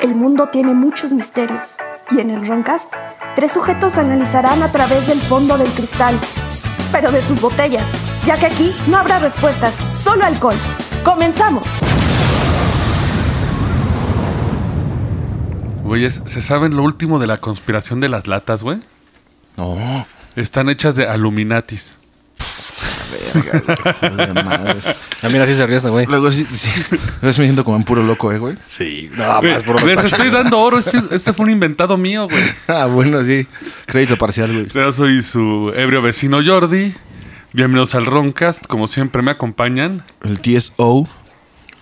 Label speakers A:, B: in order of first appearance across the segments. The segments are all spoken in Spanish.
A: El mundo tiene muchos misterios y en el Roncast, tres sujetos analizarán a través del fondo del cristal, pero de sus botellas, ya que aquí no habrá respuestas, solo alcohol. ¡Comenzamos!
B: Güeyes, ¿se saben lo último de la conspiración de las latas, güey?
C: No.
B: Están hechas de aluminatis.
C: Verga, madres.
D: Ah, mira, sí se ríe este güey.
C: Luego sí, sí. Luego sí me siento como un puro loco, eh, güey.
D: Sí, nada
B: Güey,
D: más, bro.
B: Les estoy dando oro. Este, este fue un inventado mío, güey.
C: Ah, bueno, sí. Crédito parcial, güey.
B: Yo soy su ebrio vecino Jordi. Bienvenidos al Roncast. Como siempre, me acompañan.
C: El TSO.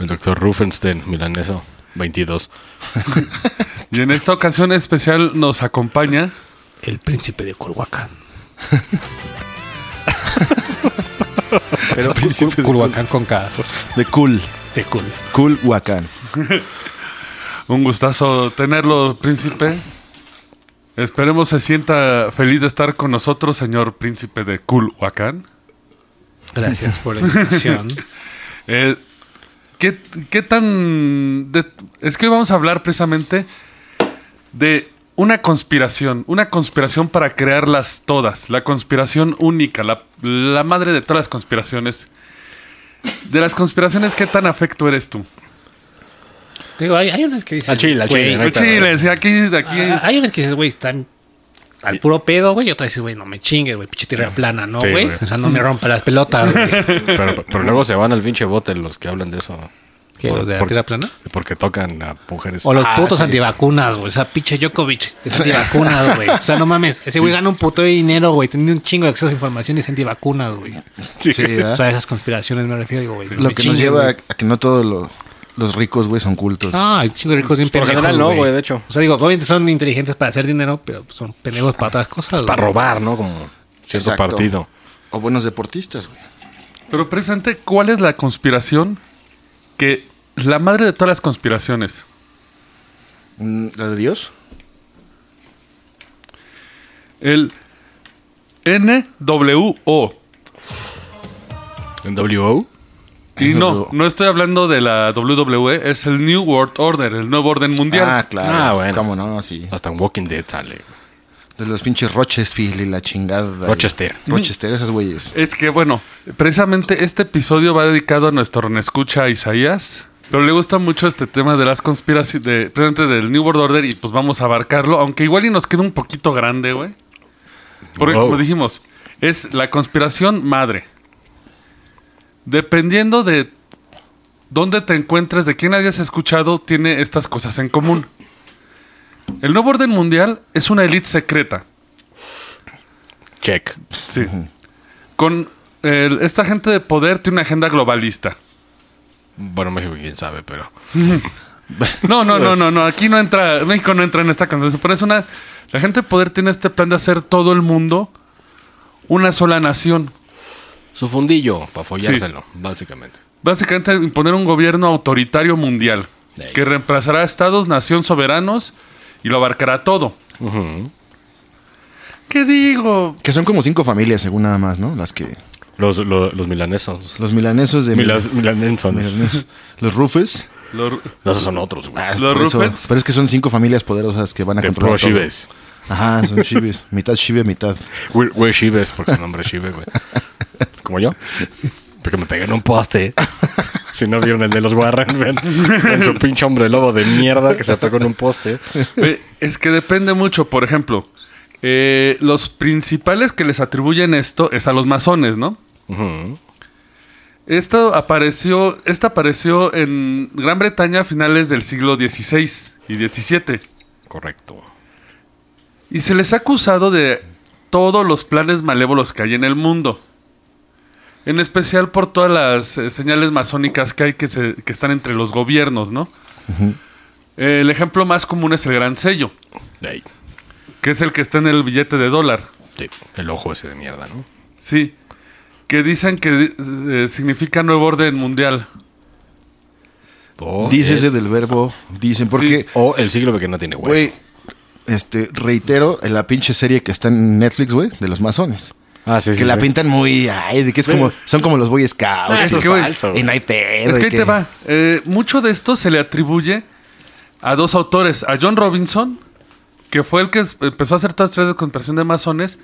D: El doctor Rufenstein, milaneso, 22.
B: Y en esta ocasión especial nos acompaña.
E: El príncipe de Culhuacán. Pero
C: príncipe de
E: Cul- Culhuacán con K.
C: De cool.
E: De cool.
C: Cool Huacán.
B: Un gustazo tenerlo, príncipe. Esperemos se sienta feliz de estar con nosotros, señor príncipe de Culhuacán.
E: Gracias por la invitación.
B: Eh, ¿qué, qué tan.? de- es que hoy vamos a hablar precisamente de una conspiración. Una conspiración para crearlas todas. La conspiración única. La, la madre de todas las conspiraciones. De las conspiraciones, ¿qué tan afecto eres tú?
E: Digo, hay, hay unas que dicen.
D: Al chile, al
E: güey,
D: chile,
B: El
D: Neta,
B: chile, Pues sí, aquí, de aquí.
E: ah, Hay unas que dices, güey, están al puro pedo, güey. Y otras dices, güey, no me chingues, güey, pinche tierra plana, ¿no,
D: Sí,
E: güey?
D: güey.
E: o sea, no me rompa las pelotas, güey.
D: Pero, pero luego se van al pinche bote los que hablan de eso.
E: ¿Qué, los de la tierra plana?
D: Porque tocan a mujeres.
E: O los
D: Ah,
E: putos
D: sí.
E: antivacunas, güey. O sea, pinche Djokovic es antivacunas, güey. O sea, no mames. Ese güey gana un puto de dinero, güey. Tiene un chingo de acceso a información y es antivacunas, güey.
C: Sí, ¿verdad?
E: O sea, a esas conspiraciones me refiero, digo, güey.
C: Lo que nos lleva a a que no todos lo- los ricos, güey, son cultos.
E: Ah, el chingo de ricos bien
D: Por lo
E: pendejos.
D: general no, güey, de hecho.
E: O sea, digo, obviamente son inteligentes para hacer dinero, pero son pendejos para otras cosas.
D: Para
E: güey.
D: robar, ¿no? Como cierto
C: Exacto.
D: partido.
C: O buenos deportistas, güey.
B: Pero presente, ¿cuál es la conspiración que la madre de todas las conspiraciones?
C: Mm, ¿La de Dios?
B: El NWO.
D: En WO.
B: Y no, no estoy hablando de la WWE, es el New World Order, el nuevo orden mundial.
C: Ah, claro.
D: Ah, bueno.
C: Cómo no, sí.
D: Hasta en Walking Dead sale.
C: De los pinches Rochesfield y la chingada.
D: Rochester.
C: Rochester, esos güeyes.
B: Es que bueno, precisamente este episodio va dedicado a nuestro escucha Isaías. Pero le gusta mucho este tema de las conspiraciones, de, precisamente del New World Order, y pues vamos a abarcarlo, aunque igual y nos queda un poquito grande, güey. Porque
D: Wow.
B: como dijimos, es la conspiración madre. Dependiendo de dónde te encuentres, de quién hayas escuchado, tiene estas cosas en común. El nuevo orden mundial es una élite secreta.
D: Check.
B: Sí. Con el- esta gente de poder tiene una agenda globalista.
D: Bueno, México, quién sabe, pero.
B: No, no, no, no, no. Aquí no entra. México no entra en esta canción. Pero es una. La gente de poder tiene este plan de hacer todo el mundo una sola nación.
D: Su fundillo, para follárselo, básicamente.
B: Básicamente imponer un gobierno autoritario mundial
D: Ey.
B: que reemplazará a estados, nación, soberanos y lo abarcará todo. ¿Qué digo?
C: Que son como cinco familias, según nada más, ¿no? Las que.
D: Los, los, los milanesos.
C: Los milanesos de.
D: Milas- milanesones.
C: milanesos. Los Rufes.
B: Lo-
D: No, esos son otros, güey.
C: Ah, es
B: Los
C: por eso.
B: Rufes.
C: Pero es que son cinco familias poderosas que van a
D: De
C: controlar.
D: pro
C: todo.
D: Shives.
C: Ajá, son chives. mitad chive, mitad.
D: Güey, güey, Shives, porque su nombre es Shives, güey. Como yo. Porque me pegué en un poste. Si no vieron el de los Warren, ven. Con su pinche hombre lobo de mierda que se pegó en un poste.
B: Eh, es que depende mucho, por ejemplo, eh, los principales que les atribuyen esto es a los masones, ¿no? Esto apareció, esta apareció en Gran Bretaña a finales del siglo XVI y XVII
D: Correcto.
B: y se les ha acusado de todos los planes malévolos que hay en el mundo. En especial por todas las eh, señales masónicas que hay que, se- que están entre los gobiernos, ¿no? Eh, el ejemplo más común es el gran sello,
D: Ey,
B: que es el que está en el billete de dólar.
D: sí, el ojo ese de mierda, ¿no?
B: Sí. Que dicen que eh, significa nuevo orden mundial.
D: O,
C: Dícese
D: el,
C: del verbo dicen. Porque,
D: o el siglo que no tiene hueso.
C: güey, este, reitero en la pinche serie que está en Netflix, güey, de los masones.
D: ah, sí,
C: Que
D: sí,
C: la
D: sí.
C: pintan muy. Ay, de que es como. Son como los Boy Scouts.
B: Ah, es que, güey,
D: falso,
C: y
D: güey.
C: no hay pedo.
B: es que
C: y
B: ahí te va. Eh, mucho de esto se le atribuye a dos autores, a John Robinson, que fue el que es- empezó a hacer todas las teorías de conspiración de masones,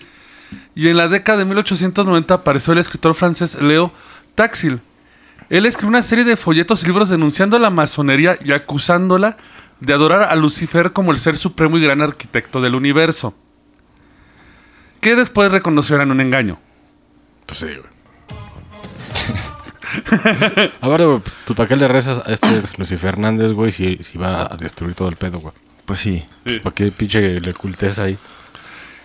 B: y en la década de 1890 apareció el escritor francés Leo Taxil. Él escribió una serie de folletos y libros denunciando la masonería y acusándola de adorar a Lucifer como el ser supremo y gran arquitecto del universo. Que después reconocieron un engaño.
D: Pues sí, güey. A ver, güey, pues ¿para qué le rezas a este Lucifer Hernández, güey, si, si va a destruir todo el pedo, güey?
C: Pues sí.
D: ¿Para qué pinche le cultes ahí?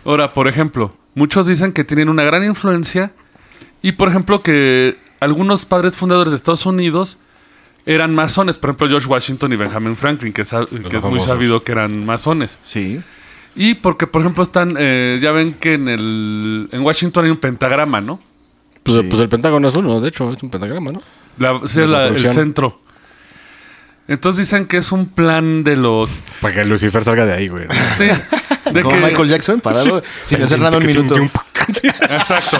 B: Ahora, por ejemplo, muchos dicen que tienen una gran influencia y, por ejemplo, que algunos padres fundadores de Estados Unidos eran masones. Por ejemplo, George Washington y Benjamin Franklin, que, sa- que es muy
D: famosos.
B: sabido que eran masones.
C: Sí.
B: Y porque, por ejemplo, están, eh, ya ven que en, el, en Washington hay un pentagrama, ¿no?
D: Pues,
C: Sí.
D: pues el Pentágono es uno, de hecho, es un pentagrama, ¿no?
B: La- o sea,
D: De la
B: la- el
D: construcción.
B: centro. Entonces dicen que es un plan de los...
D: Para que Lucifer salga de ahí, güey.
B: Sí, de
C: Como
B: que-
C: Michael Jackson, parado, sin hacer nada un minuto.
B: Exacto.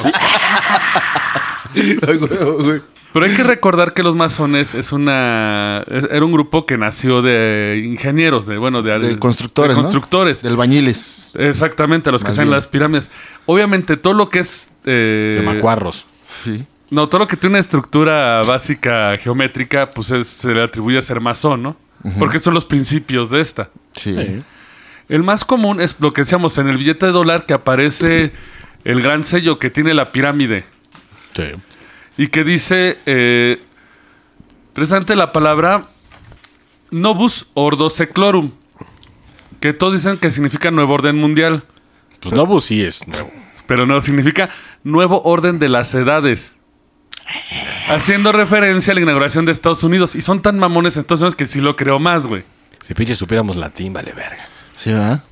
C: Ay, güey, oh, güey.
B: Pero hay que recordar que los masones es una es- era un grupo que nació de ingenieros, de bueno, de,
C: De constructores,
B: de
C: ¿no?
B: constructores.
C: De albañiles.
B: Exactamente, los que
C: Más
B: hacen
C: bien.
B: las pirámides. Obviamente todo lo que es eh,
D: De macuarros.
C: Sí.
B: no, todo lo que tiene una estructura básica geométrica, pues es- se le atribuye a ser masón, ¿no? Porque son los principios de esta.
C: Sí.
B: El más común es lo que decíamos en el billete de dólar que aparece el gran sello que tiene la pirámide.
D: Sí.
B: y que dice eh, precisamente la palabra Novus Ordo Seclorum, que todos dicen que significa nuevo orden mundial,
D: Pues Novus sí es nuevo.
B: pero no significa nuevo orden de las edades. Haciendo referencia a la inauguración de Estados Unidos. Y son tan mamones en Estados Unidos que sí lo creo más, güey.
D: Si pinche supiéramos latín, vale verga.
C: Sí, ¿verdad?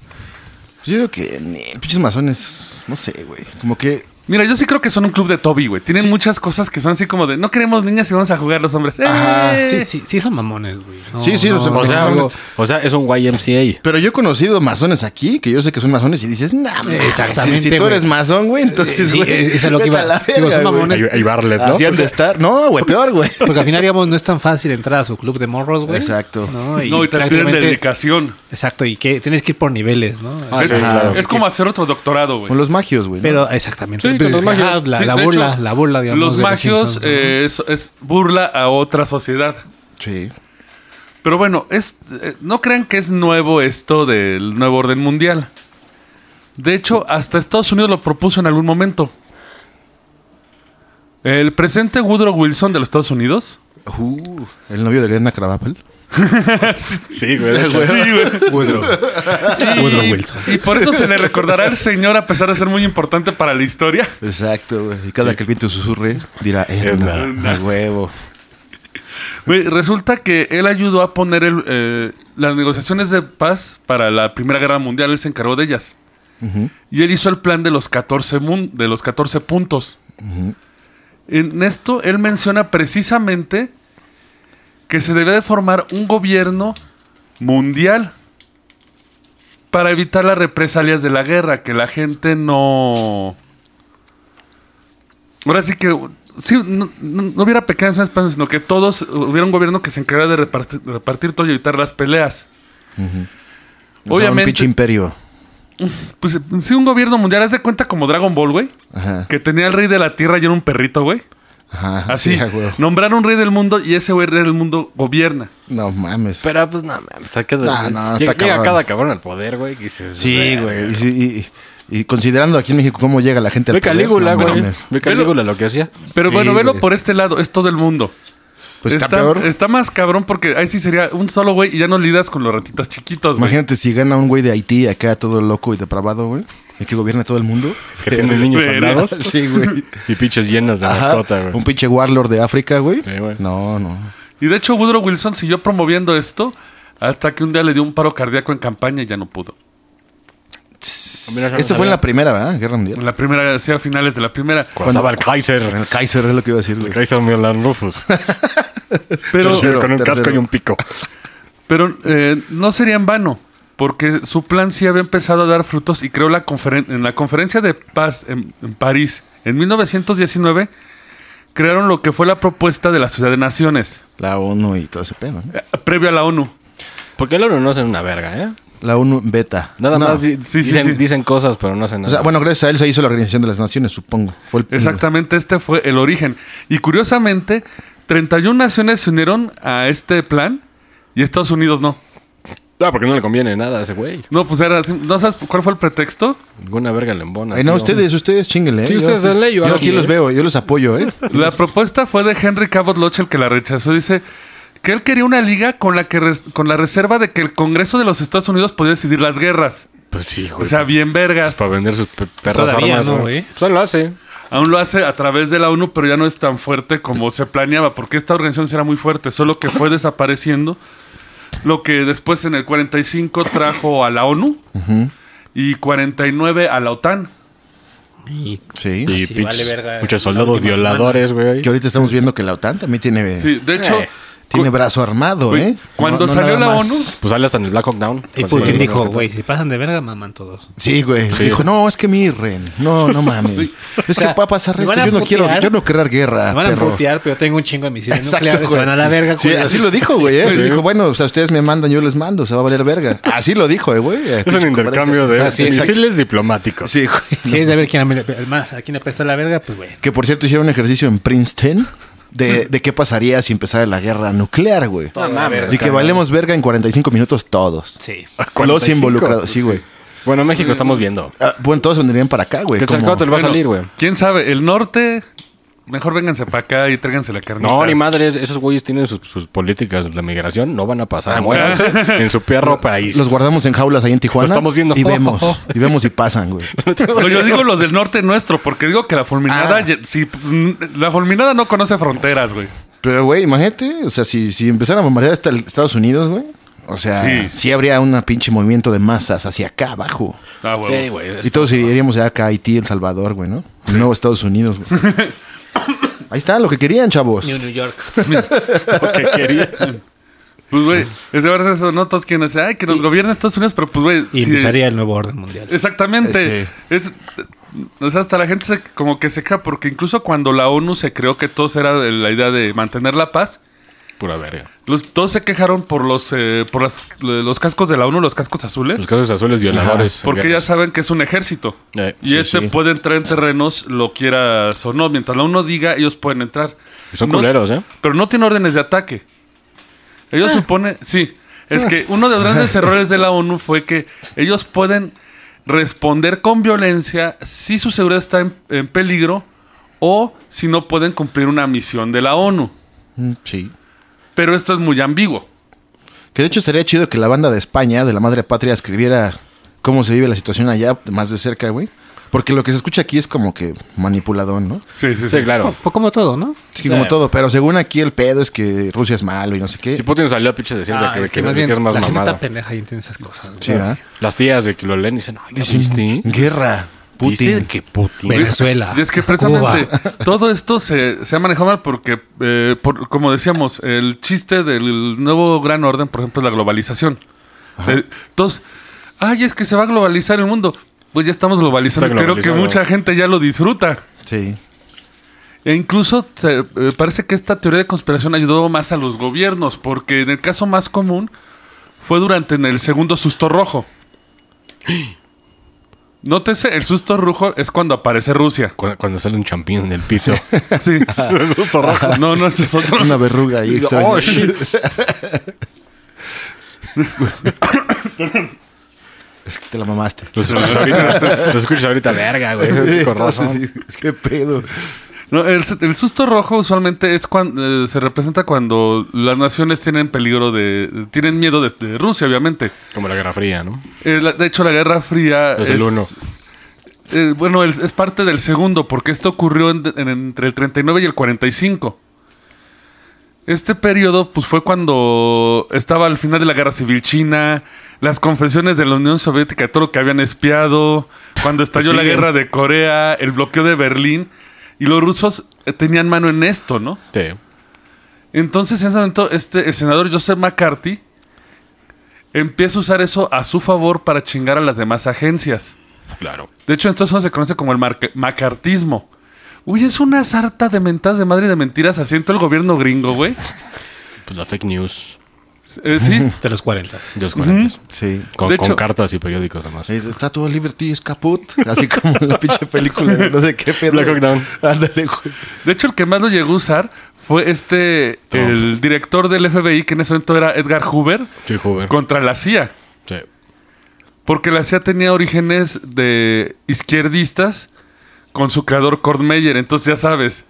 C: Pues yo digo que ni, pinches masones, no sé, güey. Como que
B: Mira, yo sí creo que son un club de Toby, güey. Tienen muchas cosas que son así como de no queremos niñas y vamos a jugar los hombres.
C: Ajá,
B: ¡Eh!
E: Sí, sí, sí son mamones, güey. No,
C: Sí, sí,
E: no.
C: los
D: O sea,
C: Algo-
D: o sea, es un YMCA.
C: Pero yo he conocido masones aquí, que yo sé que son masones, y dices, nah, mames,
E: Exactamente,
C: Si, si tú
E: güey. Eh,
C: eres masón, güey, entonces,
E: Sí,
C: güey.
E: es- es a lo que
C: vete
E: iba.
C: a la
E: Digo,
C: verga,
E: son
C: güey.
E: mamones.
D: Hay, hay Barlet, ¿no?
C: Así han de estar. No, güey, peor, güey.
E: Porque al final, digamos, no es tan fácil entrar a su club de morros, güey.
C: Exacto.
E: No, y,
B: No, y te piden
E: prácticamente-
B: dedicación.
E: Exacto, y que tienes que ir por niveles, ¿no?
D: Ah, sí,
B: es,
D: claro.
B: es como hacer otro doctorado, güey.
C: Con los magios, güey. ¿no?
E: Pero
D: Sí,
E: exactamente.
D: con los
E: Ajá,
D: magios.
E: ah, La,
B: Sí,
E: la
B: de
E: burla,
B: hecho,
E: la burla, digamos.
B: Los
E: de
B: magios
E: Simpsons, ¿no?
B: eh, es, es burla a otra sociedad.
C: Sí.
B: Pero bueno, es, eh, no crean que es nuevo esto del nuevo orden mundial. De hecho, hasta Estados Unidos lo propuso en algún momento. El presidente Woodrow Wilson de los Estados Unidos.
C: Uh, el novio de Glenda Cravapel.
D: Sí, güey.
E: Woodrow Wilson.
B: Y por eso se le recordará al señor, a pesar de ser muy importante para la historia.
C: Exacto, güey. Y cada que el viento susurre, dirá,
D: Edna.
C: Edna, a huevo.
B: Güey, Resulta que él ayudó a poner el, eh, las negociaciones de paz para la Primera Guerra Mundial. Él se encargó de ellas. Y él hizo el plan de los 14, mun- de los 14 puntos. En esto, él menciona precisamente que se debe de formar un gobierno mundial para evitar las represalias de la guerra, que la gente no... Ahora sí que... sí, no, no- no hubiera pequeñas espacios, sino que todos hubiera un gobierno que se encargara de repartir, repartir todo y evitar las peleas.
C: O sea, un pinche imperio.
B: Pues sí, un gobierno mundial. Haz de cuenta como Dragon Ball, güey.
C: Ajá.
B: Que tenía el rey de la tierra y era un perrito, güey.
C: Ajá.
B: Así.
C: Ah, sí, a huevo.
B: Nombraron un rey del mundo y ese güey rey del mundo gobierna.
C: No mames.
D: Pero pues no, mames. Hay que
C: No, no,
D: llega,
C: está
D: llega
C: cabrón.
D: cada cabrón al poder, güey. que dices,
C: Sí, güey. Y, sí, y- y considerando aquí en México cómo llega la gente al
D: Ve
C: poder,
D: Calígula,
C: no
D: güey.
C: mames.
D: Ve Calígula lo que hacía.
B: Pero
C: Sí,
B: bueno, velo
C: güey.
B: por este lado. Es todo el mundo.
C: Pues está,
B: está,
C: peor.
B: está más cabrón porque ahí sí sería un solo güey y ya no lidas con los ratitas chiquitos, güey.
C: Imagínate si gana un güey de Haití acá todo loco y depravado, güey. Y que gobierna todo el mundo. Eh,
D: Que tiene niños
B: Verás.
D: andados
C: Sí, güey.
D: y pinches llenas de
C: Ajá.
D: mascota, güey.
C: Un pinche warlord de África, güey.
D: Sí, güey.
C: No, no.
B: Y de hecho, Woodrow Wilson siguió promoviendo esto hasta que un día le dio un paro cardíaco en campaña y ya no pudo.
D: Mira,
C: Este fue en la primera, ¿verdad? Guerra Mundial.
B: En la primera, sí, a finales de la primera.
D: Cuando estaba el Kaiser.
C: El Kaiser es lo que iba a decir, güey.
D: El Kaiser Milan Rufus.
B: Pero,
C: Tercero,
D: con un
C: tercero.
D: casco y un pico.
B: Pero eh, no sería en vano, porque su plan sí había empezado a dar frutos y creó la conferen- en la conferencia de paz en, en París en 1919 crearon lo que fue la propuesta de la Ciudad de Naciones,
C: La ONU y todo ese pedo. ¿no?
B: eh, previo a la ONU.
D: Porque el ONU no es una verga, ¿eh?
C: La ONU beta.
D: Nada
C: No.
D: más di-
B: Sí, sí,
D: dicen,
B: sí.
D: dicen cosas, pero no hacen nada.
C: O sea, bueno, gracias a él se hizo la Organización de las Naciones, supongo. Fue el
B: Exactamente, este fue el origen. Y curiosamente, 31 naciones se unieron a este plan y Estados Unidos no.
D: Ah, porque no le conviene nada a ese güey.
B: No, pues era así- ¿No sabes cuál fue el pretexto?
D: Ninguna verga le embona.
C: Ay, no,
D: tío.
C: ustedes, ustedes chinguenle. ¿eh?
D: Sí, ustedes
C: yo,
D: denle, yo
C: yo,
D: aquí,
C: aquí los
D: ¿eh?
C: veo, yo los apoyo, ¿eh?
B: La propuesta fue de Henry Cabot Lodge, el que la rechazó. Dice que él quería una liga con la, que res- con la reserva de que el Congreso de los Estados Unidos podía decidir las guerras.
D: Pues sí, güey.
B: O sea, bien vergas.
D: para vender sus pe- perras
E: Todavía
D: armas,
E: no, ¿eh?
D: güey.
E: güey.
D: Pues él lo hace.
B: Aún lo hace a través de la ONU, pero ya no es tan fuerte como se planeaba, porque esta organización sí era muy fuerte, solo que fue desapareciendo, lo que después en el 45 trajo a la ONU y 49 a la OTAN.
E: Y
C: Sí.
D: Y
E: Ah, sí,
D: pinches-
E: vale verga.
D: muchos
E: La
D: soldados
E: última
D: violadores, güey.
C: Que ahorita estamos viendo que la OTAN también tiene,
B: Sí, de hecho,
D: Eh,
C: tiene brazo armado,
B: güey,
C: ¿eh?
B: cuando salió
C: nada
B: la
C: más-
B: ONU.
D: Pues sale hasta en el Black Hawk Down.
E: Y
D: Así,
E: Putin
D: güey.
E: dijo, güey, si pasan de verga, maman todos.
C: Sí, güey. Dijo, no, es que miren. No, no mames. Es
E: O sea,
C: que va a pasar
E: me
C: esto.
E: van a
C: Yo no
E: putear.
C: quiero, yo no quiero guerra,
E: Me van a
C: perro.
E: putear, pero tengo un chingo de misiles
C: Ah, Exacto,
E: nucleares. Se
C: güey.
E: van a la verga,
C: Sí,
E: culeros.
C: así lo dijo, güey. ¿eh? Dijo, bueno, o sea, ustedes me mandan, yo les mando, se va a valer verga. Así lo dijo, eh, güey.
D: Es un intercambio de
E: Ah, sí,
D: misiles
C: exacto.
D: diplomáticos.
C: Sí, güey.
E: Si es de ver quién apesta- más, a quién apesta la verga, pues güey.
C: Que por cierto hicieron un ejercicio en Princeton de, de qué pasaría si empezara la guerra nuclear, güey. Y que valemos verga en 45 minutos todos.
E: Sí.
C: Los
D: 45.
C: involucrados, sí, güey.
D: Bueno, México estamos viendo.
C: Ah, bueno, todos vendrían para acá, güey.
D: Que el
C: como-
D: Tlaxcala va a
B: bueno,
D: salir, güey.
B: ¿Quién sabe? El norte, mejor vénganse para acá y tráiganse la carnita.
D: No, ni madres, esos güeyes tienen sus, sus políticas de migración, no van a pasar
C: Ah,
D: a
C: bueno.
D: mudarse en su perro país.
C: Los guardamos en jaulas ahí en Tijuana.
D: Lo estamos viendo.
C: Y vemos, y vemos si pasan, güey.
B: Pero yo digo los del norte nuestro, porque digo que la fulminada,
C: Ah.
B: ye- si, mm, la fulminada no conoce fronteras, güey.
C: Pero, güey, imagínate, o sea, si, si empezaran a bombardear hasta el- Estados Unidos, güey. O sea,
B: Sí.
C: sí. habría un pinche movimiento de masas hacia acá abajo.
B: Ah, huevo.
D: Sí, güey.
C: Y todos iríamos ya acá a Haití, El Salvador, güey, ¿no? El nuevo Estados Unidos, güey. Ahí está, lo que querían, chavos.
E: New New York.
D: lo que quería.
B: Pues, güey, es de verdad eso, ¿no? Todos quieren decir, ay, que nos gobierna Estados Unidos, pero pues, güey.
E: Y
B: sí,
E: empezaría el nuevo orden mundial.
B: Exactamente.
C: Sí.
B: Es, o sea, hasta la gente se- como que se queja, porque incluso cuando la ONU se creó que todos era de la idea de mantener la paz,
D: Pura verga.
B: los, todos se quejaron por los eh, por las- los cascos de la ONU, los cascos azules,
D: Los casos azules violadores. en
B: porque ya
D: guerras.
B: saben que es un ejército.
D: Eh,
B: y
D: sí,
B: ese
D: sí.
B: puede entrar en terrenos, lo quieras o no. Mientras la ONU diga, ellos pueden entrar.
D: Y Son
B: No-
D: culeros, ¿eh?
B: Pero no tiene órdenes de ataque. Ellos suponen, sí, es que uno de los grandes errores de la ONU fue que ellos pueden responder con violencia si su seguridad está en, en peligro o si no pueden cumplir una misión de la ONU.
C: Mm, Sí.
B: Pero esto es muy ambiguo.
C: Que de hecho sería chido que la banda de España, de la madre patria, escribiera cómo se vive la situación allá más de cerca, güey. Porque lo que se escucha aquí es como que manipuladón, ¿no?
B: Sí, sí,
D: Sí, claro.
E: Fue como todo, ¿no?
C: Es que como todo, pero según aquí el pedo es que Rusia es malo y no sé qué.
D: Si Putin salió a pinche decir de que,
E: Ah, es
D: que-
E: que más
D: que
E: bien
D: es más
E: la gente
D: mamada.
E: está pendeja y entiende esas cosas. güey.
C: Sí, ¿verdad?
D: Las tías de que lo leen y dicen, ay, ¿ya
C: Dicen,
D: viste?
C: guerra,
D: ¿Viste
C: Putin.
D: que Putin?
E: Venezuela.
B: Y es que precisamente todo esto se, se ha manejado mal porque, eh, por- como decíamos, el chiste del nuevo gran orden, por ejemplo, es la globalización. Eh, todos, ay, es que se va a globalizar el mundo. Pues ya estamos globalizando.
D: Está
B: Creo que
D: globalizado.
B: mucha gente ya lo disfruta.
C: Sí.
B: E incluso se- eh, parece que esta teoría de conspiración ayudó más a los gobiernos, porque en el caso más común fue durante en el segundo susto rojo. Nótese, el susto rojo es cuando aparece Rusia.
D: Cu- Cuando sale un champiñón en el piso.
B: Sí. No, no, ese es otro.
C: Una verruga ahí extraña.
D: oh, shit.
C: Es que te la mamaste.
D: Los escuchas ahorita, los escuchas ahorita verga, güey. Es con razón.
C: Entonces, sí, es que pedo.
B: No, el, el susto rojo usualmente es cuando se representa cuando las naciones tienen peligro de. tienen miedo de, de Rusia, obviamente.
D: Como la Guerra Fría, ¿no?
B: Eh, la- de hecho, la Guerra Fría.
D: Es el uno.
B: eh, bueno, el- es parte del segundo, porque esto ocurrió en- en- entre el 39 y el 45. Este periodo pues, fue cuando estaba al final de la Guerra Civil China, las confesiones de la Unión Soviética, todo lo que habían espiado, cuando estalló la
D: siguen.
B: Guerra de Corea, el bloqueo de Berlín, y los rusos eh, tenían mano en esto, ¿no?
D: Sí.
B: Entonces, en ese momento, este, el senador Joseph McCarthy empieza a usar eso a su favor para chingar a las demás agencias.
D: Claro.
B: De hecho, en Estados Unidos se conoce como el marca- macartismo. Uy, es una sarta de mentadas de madre y de mentiras asiento el gobierno gringo, güey.
D: Pues la fake news.
B: Eh, sí,
E: de los 40.
D: De los 40.
C: Sí.
D: Con,
B: De
D: con
B: hecho-
D: cartas y periódicos además.
C: Eh, Está todo Liberty es caput. Así como la pinche película de no sé qué pedo.
D: Black Hawk Down.
C: Ándale, güey.
B: de hecho el que más lo llegó a usar fue este, el director del FBI, que en ese momento era Edgar Hoover,
D: Sí, joven.
B: contra la CIA.
D: Sí.
B: Porque la CIA tenía orígenes de izquierdistas con su creador Kurt Meyer. Entonces ya sabes.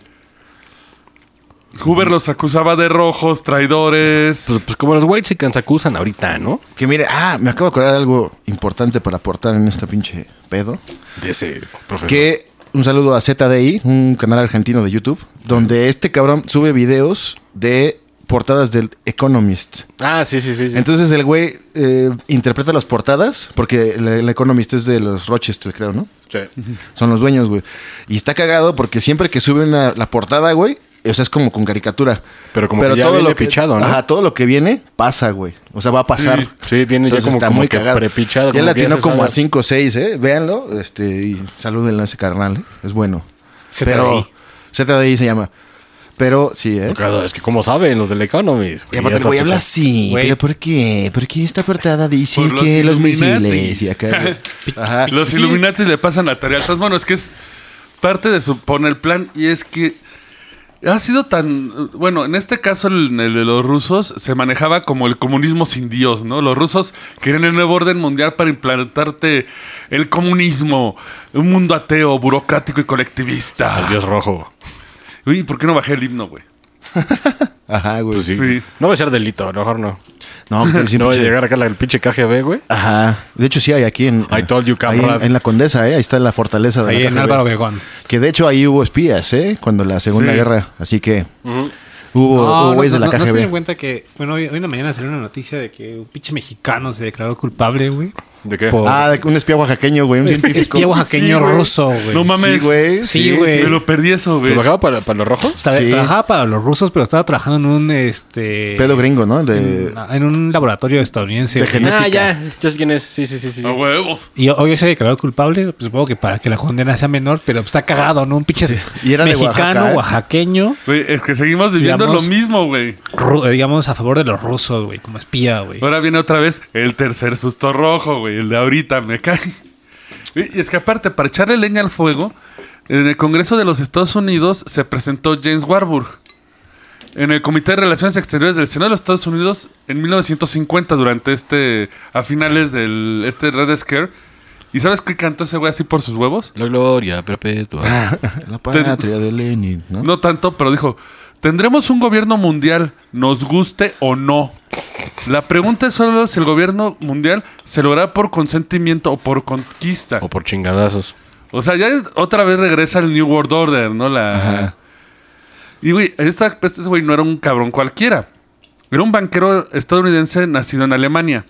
B: Hoover los acusaba de rojos, traidores.
D: Pues, pues como los White Chickens acusan ahorita, ¿no?
C: Que mire, ah, me acabo de acordar algo importante para aportar en este pinche pedo.
D: De ese profesor.
C: Que un saludo a ZDI, un canal argentino de YouTube, donde este cabrón sube videos de portadas del Economist.
D: Ah, sí, sí, sí. sí.
C: Entonces el güey eh, interpreta las portadas, porque el, el Economist es de los Rochester, creo, ¿no?
D: Sí.
C: Son los dueños, güey. Y está cagado porque siempre que sube una- la portada, güey, o sea, es como con caricatura.
D: Pero como que ya viene
C: que,
D: pichado, ¿no?
C: Ajá, todo lo que viene pasa, güey. O sea, va a pasar.
B: Sí.
D: Sí, viene ya como- como que prepichado,
C: Ya
D: como
C: la
D: que ya
C: tiene
D: se
C: como
D: sabe.
C: a 5 o 6, ¿eh? Véanlo. Este, y salúdenlo a ese carnal, ¿eh? Es bueno.
E: ZDI.
C: Pero ZDI se llama. Pero sí, ¿eh?
D: Claro, es que como saben los del Economist.
C: Y aparte el güey habla así.
E: Güey.
C: ¿Pero por qué? ¿Por qué esta portada dice
B: Por los
C: que los
B: Illuminatis.
C: misiles? Y acá, güey. Ajá.
B: Los
C: Sí.
B: Illuminati le pasan la tarea. Entonces, bueno, es que es parte de su poner plan. Y es que ha sido tan. Bueno, en este caso, el, el de los rusos se manejaba como el comunismo sin Dios, ¿no? Los rusos querían el nuevo orden mundial para implantarte el comunismo, un mundo ateo, burocrático y colectivista.
D: Al Ah, Dios rojo.
B: Uy, ¿por qué no bajé el himno, güey?
C: Ajá, güey.
D: Pues sí.
B: Sí.
D: No va a ser delito, a lo mejor no.
C: No, que tal si
D: no va a
C: pinche-
D: llegar acá la- el pinche KGB, güey.
C: Ajá. De hecho, sí hay aquí en.
D: I told you,
C: ahí en,
D: camarada.
C: en la Condesa, ¿eh? Ahí está la fortaleza de
E: Ahí
C: la
E: en
C: KGB.
E: Álvaro Obregón.
C: Que de hecho ahí hubo espías, ¿eh? Cuando la Segunda
B: Sí.
C: Guerra. Así que. Hubo hubo güeyes de la
E: Ah, no se
C: KGB.
E: dieron cuenta que, bueno, hoy, hoy en la mañana salió una noticia de que un pinche mexicano se declaró culpable, güey.
D: ¿De qué?
E: Por-
C: ah, de- un espía oaxaqueño, güey. Un científico.
E: Espía oaxaqueño
C: Sí, güey.
E: ruso, güey.
B: No mames.
C: Sí, güey.
E: Sí,
C: Sí,
E: güey.
C: güey.
B: Me lo perdí eso, güey.
D: ¿Trabajaba para, para los rojos?
E: Tra-
C: Sí.
E: Trabajaba para los rusos, pero estaba trabajando en un este
C: Pedo gringo, ¿no? De.
E: en, en un laboratorio estadounidense.
C: De
E: güey.
C: genética.
D: Ah, Yo sé quién es. Sí, sí, sí, sí.
B: A huevo.
E: Y hoy se declaró culpable, pues, supongo que para que la condena sea menor, pero pues, está cagado, ¿no? Un pinche
C: Sí. Y era de
E: mexicano,
C: Oaxaca, ¿eh?
E: oaxaqueño,
B: Güey, es que seguimos viviendo
E: Digamos-
B: lo mismo, güey.
E: ru- eh, digamos, a favor de los rusos, güey, como espía, güey.
B: Ahora viene otra vez el tercer susto rojo, güey. El de ahorita, me cae. Y y es que aparte, para echarle leña al fuego, en el Congreso de los Estados Unidos se presentó James Warburg. En el Comité de Relaciones Exteriores del Senado de los Estados Unidos en 1950, durante este. a finales del. este Red Scare. ¿Y sabes qué cantó ese güey así por sus huevos?
D: La gloria perpetua.
C: Ah. La patria de Lenin, ¿no?
B: No tanto, pero dijo, tendremos un gobierno mundial, nos guste o no. La pregunta es solo si el gobierno mundial se lo hará por consentimiento o por conquista.
D: o por chingadazos.
B: O sea, ya otra vez regresa el New World Order, ¿no? La... Y, güey, esta- este güey no era un cabrón cualquiera. Era un banquero estadounidense nacido en Alemania.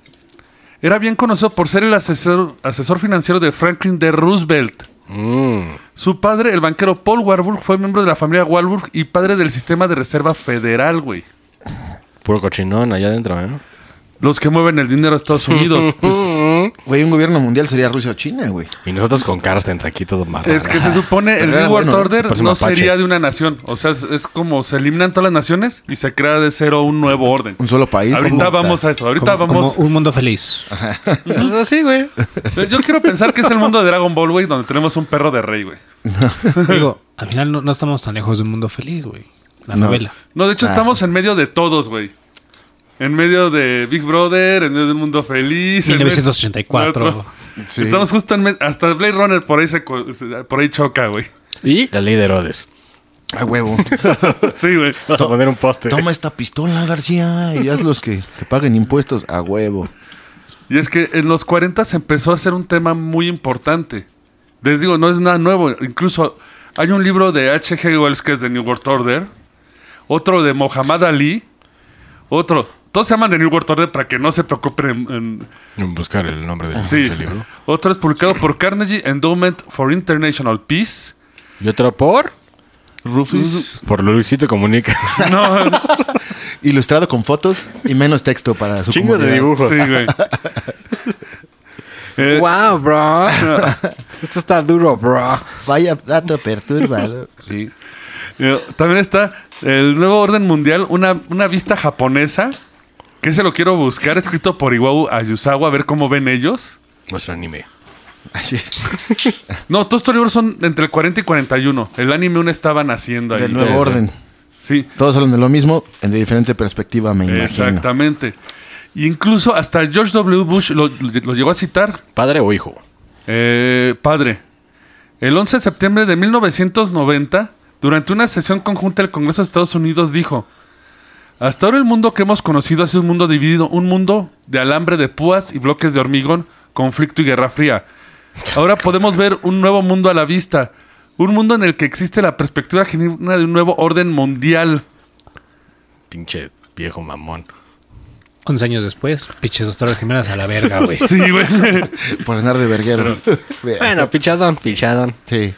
B: Era bien conocido por ser el asesor, asesor financiero de Franklin D. Roosevelt.
D: Mm.
B: Su padre, el banquero Paul Warburg, fue miembro de la familia Warburg y padre del sistema de reserva federal, güey.
D: Puro cochinón allá adentro, ¿eh?
B: Los que mueven el dinero a Estados Unidos.
C: Güey, un gobierno mundial sería Rusia o China, güey.
D: Y nosotros con Carstens aquí todo mal.
B: es que se supone el
C: ah, Pero era
B: New World
C: bueno,
B: Order
D: parece
B: no
D: mapache.
B: sería de una nación. O sea, es, es como se eliminan todas las naciones y se crea de cero un nuevo orden.
C: Un solo país.
B: Ahorita
C: Puta.
B: vamos a eso. Ahorita
E: Como, como
B: vamos.
E: un mundo feliz.
D: así, Ah, güey.
B: Yo quiero pensar que es el mundo de Dragon Ball, güey, donde tenemos un perro de rey, güey.
E: Digo, al final no, no estamos tan lejos de un mundo feliz, güey. La
C: No.
E: novela.
B: No, de hecho,
C: Ah.
B: estamos en medio de todos, güey. En medio de Big Brother, en medio del mundo feliz. en medio-
E: 1984.
B: Otro.
C: Sí.
B: Estamos justo en medio. Hasta Blade Runner por ahí, se, co- se- por ahí choca, güey.
D: Y la ley de Herodes.
C: A huevo.
B: Sí, güey.
D: Vamos a poner un poste.
C: Toma esta pistola, García, y haz los que, que paguen impuestos. A huevo.
B: Y es que en los 40 se empezó a hacer un tema muy importante. Les digo, no es nada nuevo. Incluso hay un libro de H.G. Wells que es de New World Order. Otro de Muhammad Ali. Otro. Todos se llaman de New World Order para que no se preocupen. en- en-
D: Buscar el nombre del
B: sí.
D: del libro.
B: Otro es publicado por Carnegie Endowment for International Peace.
D: Y otro por.
C: Rufus,
D: Por Luisito Comunica.
B: No,
C: ilustrado con fotos y menos texto para su
D: Chingo de
C: comodidad.
D: dibujos.
B: sí, güey. Eh,
D: Wow, bro. Esto está duro, bro.
C: Vaya dato perturbado. Sí.
B: Eh, También está el nuevo orden mundial, una, una vista japonesa Que se lo quiero buscar, escrito por Iwau Ayusawa, a ver cómo ven ellos.
D: Nuestro anime.
C: Así.
B: No, todos estos libros son entre el 40 y 41. El anime aún estaba naciendo ahí.
C: Del nuevo orden.
B: Sí,
C: Todos hablan de lo mismo, en de diferente perspectiva, me imagino.
B: exactamente. Y incluso hasta George W. Bush lo, lo llegó a citar.
D: ¿Padre o hijo?
B: Eh, padre, el 11 de septiembre de 1990, durante una sesión conjunta del Congreso de Estados Unidos, dijo, hasta ahora el mundo que hemos conocido es un mundo dividido, un mundo de alambre de púas y bloques de hormigón, conflicto y guerra fría. Ahora podemos ver un nuevo mundo a la vista, un mundo en el que existe la perspectiva genuina de un nuevo orden mundial.
D: Pinche viejo mamón.
E: 11 años después, pinches doctoras gemelas a la verga, güey.
B: Sí, güey.
C: Por andar de verguero. Vea.
D: Bueno, pichadón, pichadón.
C: Sí.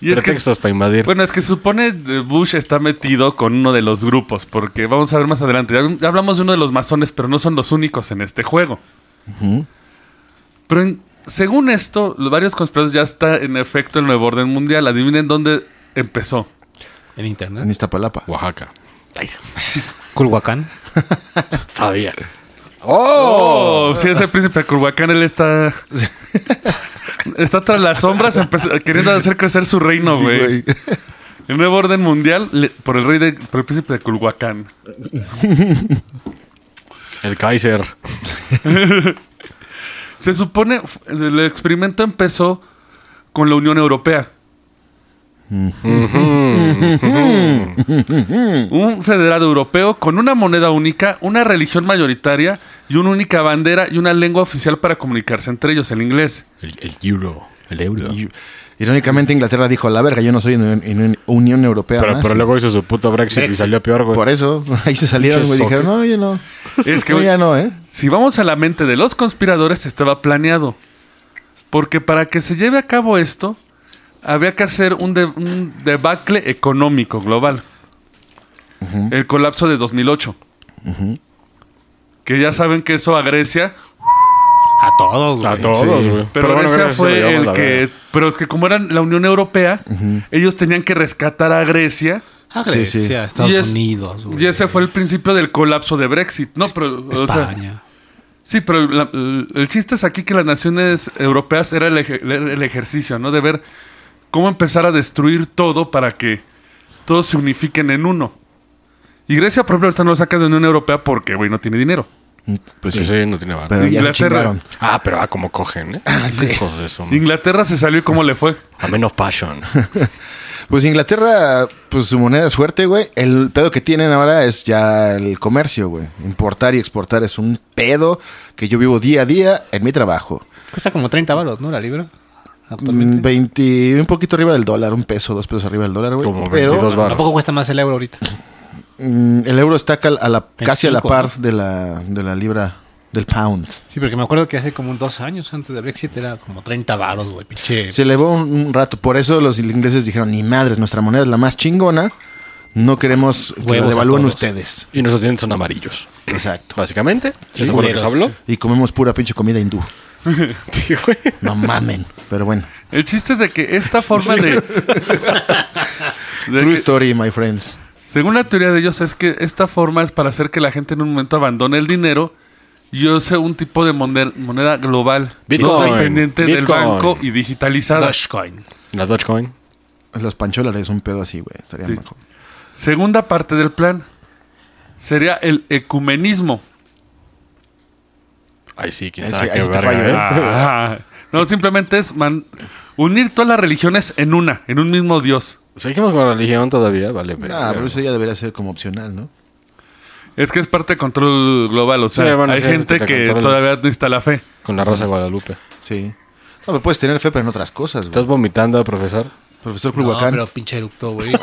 B: Y es que-
D: Pretextos para invadir.
B: Bueno, es que se supone eh, Bush está metido con uno de los grupos, porque vamos a ver más adelante. Ya, ya hablamos de uno de los masones, pero no son los únicos en este juego. Pero en- según esto, los varios conspiradores ya está en efecto el nuevo orden mundial. Adivinen dónde empezó.
E: En internet.
C: En Iztapalapa.
D: Oaxaca. Ay,
E: Culhuacán.
D: sabía.
B: Oh, sí, ese príncipe de Culhuacán, él está. está tras las sombras empe- queriendo hacer crecer su reino,
C: Sí,
B: güey.
C: güey.
B: El nuevo orden mundial le- por el rey de, por el príncipe de Culhuacán.
D: El Kaiser.
B: Se supone, el experimento empezó con la Unión Europea. un federado europeo con una moneda única, una religión mayoritaria y una única bandera y una lengua oficial para comunicarse entre ellos, el inglés.
D: El, el euro. El euro.
C: Y- Irónicamente, Inglaterra dijo: A la verga, yo no soy en, en- en Unión Europea.
D: Pero,
C: más".
D: pero luego hizo su puto Brexit, y
E: Brexit.
D: salió peor, güey.
C: Por eso, ahí se salieron güey, y
D: Pinche
C: dijeron: No, yo no.
B: Es que-
C: No, ya no, ¿eh?
B: Si vamos a la mente de los conspiradores, estaba planeado. Porque para que se lleve a cabo esto, había que hacer un, de- un debacle económico global. El colapso de 2008. Que ya saben que eso a Grecia,
E: A todos, güey.
D: A todos,
C: Sí.
D: güey.
B: pero,
D: bueno,
B: Grecia
D: gracias, lo
B: fue
D: llevamos
B: el
D: a la
B: que...
D: verga.
B: Pero es que como eran la Unión Europea, ellos tenían que rescatar a Grecia.
E: A Grecia,
C: Sí, sí.
E: Estados
B: y es-
E: Unidos, güey.
B: Y ese fue el principio del colapso de Brexit. No, pero... o sea,
E: España.
B: Sí, pero la- el, el chiste es aquí que las naciones europeas era el, eje- el- el ejercicio, ¿no? De ver cómo empezar a destruir todo para que todos se unifiquen en uno. Y Grecia, por ejemplo, ahorita no lo saca de la Unión Europea porque, güey, no tiene dinero.
C: Pues
D: Sí,
C: sí.
D: sí, no tiene barba.
C: Pero ya se
B: Inglaterra.
C: chingaron.
D: Ah, pero ah, como cogen, ¿eh? Hijos de eso.
B: Inglaterra se salió y cómo le fue.
D: A menos passion.
C: Pues Inglaterra, pues su moneda es fuerte, güey. El pedo que tienen ahora es ya el comercio, güey. Importar y exportar es un pedo que yo vivo día a día en mi trabajo.
E: Cuesta como 30 baros, ¿no? La libra.
C: Mm,
E: Actualmente.
C: 20, un poquito arriba del dólar, un peso, dos pesos arriba del dólar, güey.
D: Como 22
C: Pero
D: baros.
E: Tampoco cuesta más el euro ahorita.
C: mm, el euro está cal- a la, casi a la
E: 25,
C: par de la, de la libra, del pound.
E: Sí, porque me acuerdo que hace como dos años antes de Brexit era como 30 baros, güey. Pinche.
C: Se elevó un, un rato. Por eso los ingleses dijeron, ni madres, nuestra moneda es la más chingona. No queremos que
E: Huevos
C: la
E: a
C: devalúen
E: todos.
C: ustedes.
D: Y nuestros dientes son amarillos.
C: Exacto.
D: Básicamente.
E: Sí,
D: ¿Eso fue lo que
E: culeros.
D: se habló?
C: Y comemos pura pinche comida hindú.
D: Sí, güey.
C: No mamen. Pero bueno.
B: El chiste es de que esta forma de... de
C: True
B: que-
C: story, my friends.
B: según la teoría de ellos es que esta forma es para hacer que la gente en un momento abandone el dinero y use un tipo de moned- moneda global, no
D: Bitcoin.
B: dependiente del
D: Bitcoin.
B: banco y digitalizada.
E: Dogecoin.
D: La Dogecoin.
C: Los pancholares, un pedo así, güey. Estaría
B: Sí.
C: mejor.
B: Segunda parte del plan sería el ecumenismo.
D: Ahí sí, quién
C: Ahí
D: sabe
C: sí-
D: qué
C: ahí sí te
D: verga,
C: fallo,
D: ¿eh?
C: ¿eh?
B: Ah, no, simplemente es man- unir todas las religiones en una, en un mismo Dios.
D: Seguimos con la religión todavía, vale. pero-
C: Ah, pero eso ya debería ser como opcional, ¿no?
B: Es que es parte de control global, o sea,
D: Sí, bueno,
B: hay
D: sí,
B: gente
D: te
B: que
D: controla.
B: todavía necesita la fe.
D: Con la Rosa de Guadalupe.
C: Sí. No, me puedes tener fe, pero en otras cosas, güey.
D: ¿Estás vomitando, profesor?
C: Profesor
E: No,
C: Culhuacán.
E: pero pinche eructo,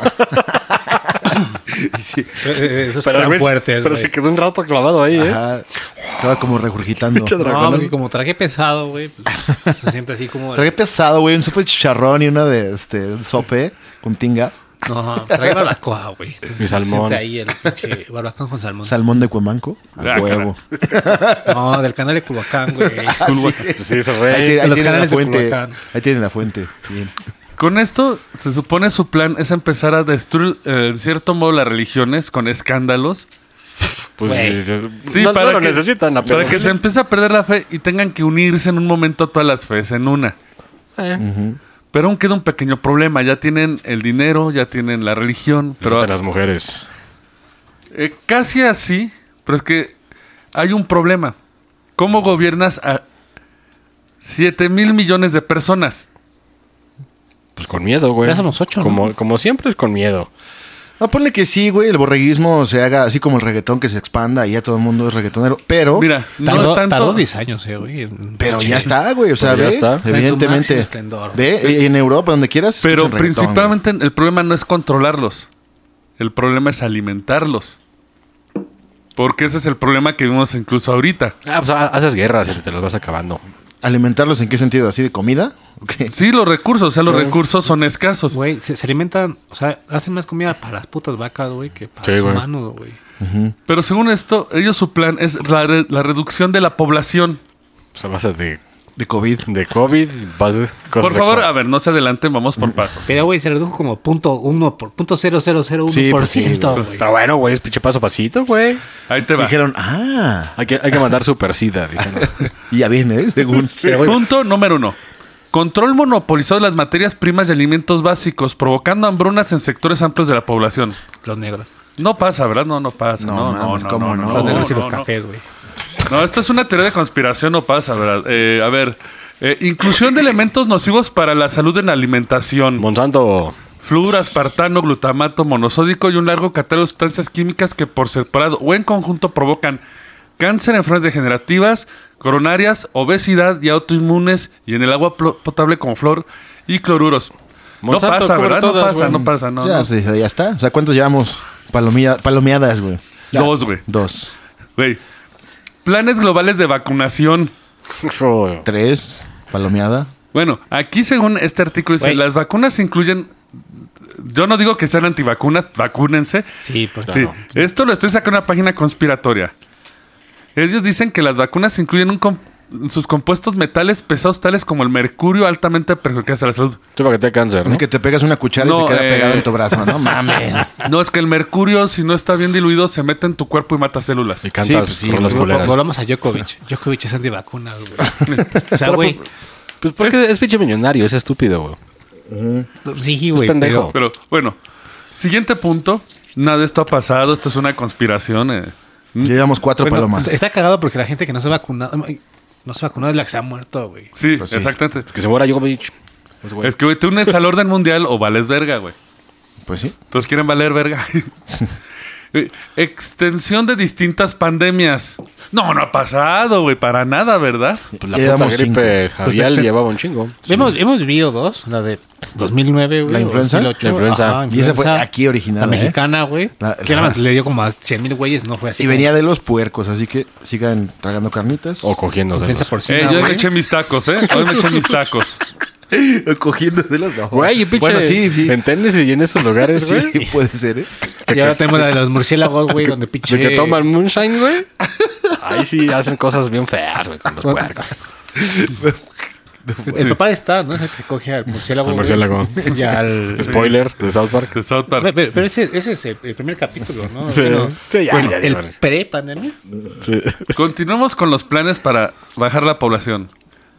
E: güey.
C: Sí.
E: Eh, Esos están fuertes,
D: Pero
E: güey.
D: se quedó un rato clavado ahí, ¿eh?
C: Ajá. Estaba como regurgitando.
E: No, pues que como traje pesado, güey, pues, se siente así como...
C: Tragué pesado, güey. Un sopa de chicharrón y una de este, sope con tinga.
E: No, traje barbacoa, güey.
D: Mi salmón.
E: Se siente ahí el pinche barbacoa con salmón.
C: Salmón de Cuemanco. A
B: Ah,
C: huevo.
E: no, del canal de Culhuacán, güey.
C: Ah, sí.
D: Sí,
C: Ahí,
D: se
C: tiene-
D: re.
C: ahí
E: Los
C: tiene la
E: canales de
C: fuente.
E: Culhuacán.
C: Ahí tiene la fuente. Bien.
B: Con esto, se supone su plan es empezar a destruir, eh, en cierto modo, las religiones con escándalos
D: Pues
E: Güey.
D: eh,
B: Sí,
D: no,
B: para,
D: no lo
B: que,
D: necesitan
B: para
D: apenas.
B: que se empiece a perder la fe y tengan que unirse en un momento todas las fees en una. Pero aún queda un pequeño problema. Ya tienen el dinero, ya tienen la religión,
D: Pero
B: pero
D: las mujeres.
B: eh, casi así. Pero es que hay un problema. ¿Cómo gobiernas a 7 mil millones de personas?
D: Pues con miedo, güey.
E: Ya somos ocho, ¿no?
D: Como, como siempre es con miedo.
C: No, Ah, ponle que sí, güey, el borreguismo se haga así como el reggaetón que se expanda y ya todo el mundo es reggaetonero. Pero,
B: Mira, no
E: Tardó,
B: es tanto.
E: tardó 10 años, eh, güey.
C: pero ya está, güey. O sea,
D: Pero ya
C: ve,
D: está. Está
E: en su máximo
C: evidentemente.
E: esplendor.
C: Ve, y en Europa, donde quieras.
B: Pero
C: escuchan reggaetón, güey.
B: principalmente el problema no es controlarlos. El problema es alimentarlos. Porque ese es el problema que vimos incluso ahorita.
D: Ah, pues ha- haces guerras y te las vas acabando.
C: ¿Alimentarlos en qué sentido? ¿Así de comida? ¿O qué?
B: Sí, los recursos, o sea, los recursos son escasos.
E: Güey, se, se alimentan, o sea, hacen más comida para las putas vacas, güey, que para
D: Sí,
E: los
D: güey.
E: humanos, güey.
B: Pero según esto, ellos su plan es la, re- la reducción de la población.
D: Pues a base de,
C: De COVID.
D: de COVID, vas de cosas
B: Por favor, a
D: sexuales.
B: ver, no se adelanten, vamos por pasos.
E: Pero, güey, se redujo como punto uno por punto cero cero cero uno
C: Sí,
E: por
C: pues sí,
E: ciento,
C: güey.
E: güey.
D: Pero bueno, güey, es pinche paso a pasito, güey.
B: Ahí te va.
C: Dijeron, ah,
D: Hay que, hay que mandar super sida, dicen.
C: y ya viene, ¿eh? según.
B: Punto número uno. Control monopolizado de las materias primas y alimentos básicos, provocando hambrunas en sectores amplios de la población.
E: Los negros.
B: No pasa, ¿verdad? No, no pasa.
C: No,
B: No, no,
C: mames,
B: no,
C: ¿cómo
B: no,
C: no?
E: los
B: no,
E: negros y los
B: no, no.
E: cafés, güey.
B: No, esto es una teoría de conspiración, no pasa, ¿verdad? Eh, a ver, eh, inclusión de elementos nocivos para la salud en la alimentación.
D: Monsanto.
B: Flúor, aspartano, glutamato, monosódico y un largo catálogo de sustancias químicas que por separado o en conjunto provocan cáncer, enfermedades degenerativas, coronarias, obesidad y autoinmunes y en el agua plo- potable con flor y cloruros.
D: Monsanto
B: no pasa,
D: cubre
B: ¿verdad? no
D: todas,
B: pasa,
D: güey.
B: no pasa, no.
C: ya,
B: no.
C: sí, ya está. O sea, ¿cuántos llevamos? Palomilla- palomeadas, güey.
B: Dos, güey.
C: Dos,
B: Güey. Planes globales de vacunación.
D: Eso.
C: tres, palomeada.
B: Bueno, aquí según este artículo dice,
E: Güey.
B: las vacunas incluyen... Yo no digo que sean antivacunas, vacúnense.
E: Sí, pues
B: Sí,
E: claro.
B: Esto lo estoy sacando de una página conspiratoria. Ellos dicen que las vacunas incluyen un com- sus compuestos metales pesados tales como el mercurio altamente perjudiciales a la salud.
D: Tú para que te dé cáncer,
C: Es
D: ¿no?
C: que te pegas una cuchara y
B: No,
C: se queda
B: eh.
C: pegada en tu brazo. No mames.
B: No, es que el mercurio, si no está bien diluido, se mete en tu cuerpo y mata células.
D: Y cantas
C: pues sí,
D: por las
E: Vol-
D: culeras.
E: Volvamos a Djokovic. Djokovic es antivacunas, güey. O sea, güey,
D: Pues porque es, pinche millonario, es estúpido, güey.
E: sí, güey.
D: pendejo.
B: Pero bueno, siguiente punto. Nada de esto ha pasado, esto es una conspiración. eh.
C: Llevamos cuatro
E: pero- bueno,
C: palomas.
E: está cagado porque la gente que no se ha vacunado, no se vacunó es la que se ha muerto, güey.
B: Sí,
C: Pues sí.
B: exactamente.
D: Que se muera yo, bitch. Pues, güey.
B: Es que, güey, te unes al orden mundial o vales verga, güey.
C: Pues sí.
B: Entonces quieren valer verga. Eh, Extensión de distintas pandemias. No, no ha pasado, güey, para nada, ¿verdad?
D: Pues la puta
C: Llevamos
D: gripe javial
E: Pues te- te-
D: llevaba un chingo.
E: Hemos, hemos vivido dos, la de 2009, güey.
C: ¿La
E: o
C: influenza?
E: 2008,
D: La influenza.
E: ajá,
C: Y esa fue
E: influenza.
C: aquí original,
E: La
C: ¿eh?
E: mexicana, güey.
C: La-
E: Que
C: la-
E: nada más le dio como a 100 mil güeyes, no fue así.
C: Y venía de los puercos, así que sigan tragando carnitas.
D: O cogiéndose.
E: Influenza
B: Eh,
D: Güey,
E: porcina,
B: yo me
E: güey.
B: eché mis tacos, ¿eh? Hoy me eché mis tacos.
C: Cogiendo de las no.
D: y pinche.
C: Bueno, sí, sí.
D: ¿Entiendes? Y en esos lugares, güey.
C: Sí, puede ser, ¿eh?
E: Y ahora tenemos la de los murciélagos, güey, donde pinche...
D: De que toman moonshine, güey. Ahí sí hacen cosas bien feas, güey, con los puercos.
E: El papá está, ¿no? Es el que se coge al murciélago.
D: Al
E: güey.
D: murciélago.
E: Y al...
D: Spoiler de South Park.
B: De South Park.
E: Pero, pero- pero ese, ese es el el primer capítulo, ¿no?
D: Sí.
E: Bueno,
D: Sí, ya,
E: bueno,
D: ya, ya,
E: el
D: vale.
E: pre-pandemia.
D: Sí.
B: Continuamos con los planes para bajar la población.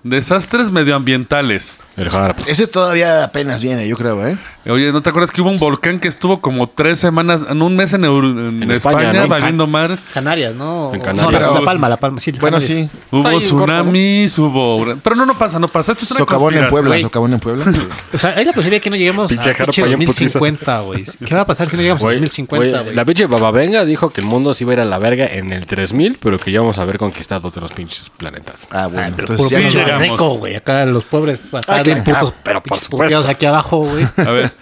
B: Desastres medioambientales.
D: El pues, harp.
C: Ese todavía apenas viene, yo creo, ¿eh?
B: Eh, Oye, ¿no te acuerdas que hubo un volcán que estuvo como tres semanas, en un mes en, Euro- en
D: En
B: España,
D: España, ¿no?
B: valiendo mar?
E: Canarias, ¿no?
D: En
E: O-
D: Canarias.
E: No, la,
C: Pero-
E: La Palma, La Palma, sí.
C: Bueno, sí.
E: Canarias.
D: ahí
B: Hubo
D: en corto,
B: tsunamis, hubo... Pero no, no pasa, no pasa. Esto es una
C: Socavón en
B: conspiración.
C: Puebla,
E: güey.
C: socavón en Puebla.
E: O sea, hay la posibilidad de que no lleguemos
D: Pinche
E: a
D: jarra
E: pinche
D: pa' allá en putiza.
E: 2050, güey. ¿Qué va a pasar si no
B: Pues,
E: llegamos a
D: Güey,
E: 2050,
D: güey,
E: güey?
D: La pinche Babavenga dijo que el mundo se iba a ir a la verga en el 3000, pero que ya vamos a haber conquistado otros pinches planetas.
C: Ah,
E: Ah,
C: bueno.
E: pero
C: entonces
E: puro
C: ya
B: sí
C: nos
E: pinche
C: va-
B: llegamos.
E: rico, güey. Acá los pobres, acá
D: pues, Ah,
E: bien
D: claro,
E: putos,
D: pero por
E: pinches
D: supuesto.
E: puteados aquí abajo, güey.
B: A ver.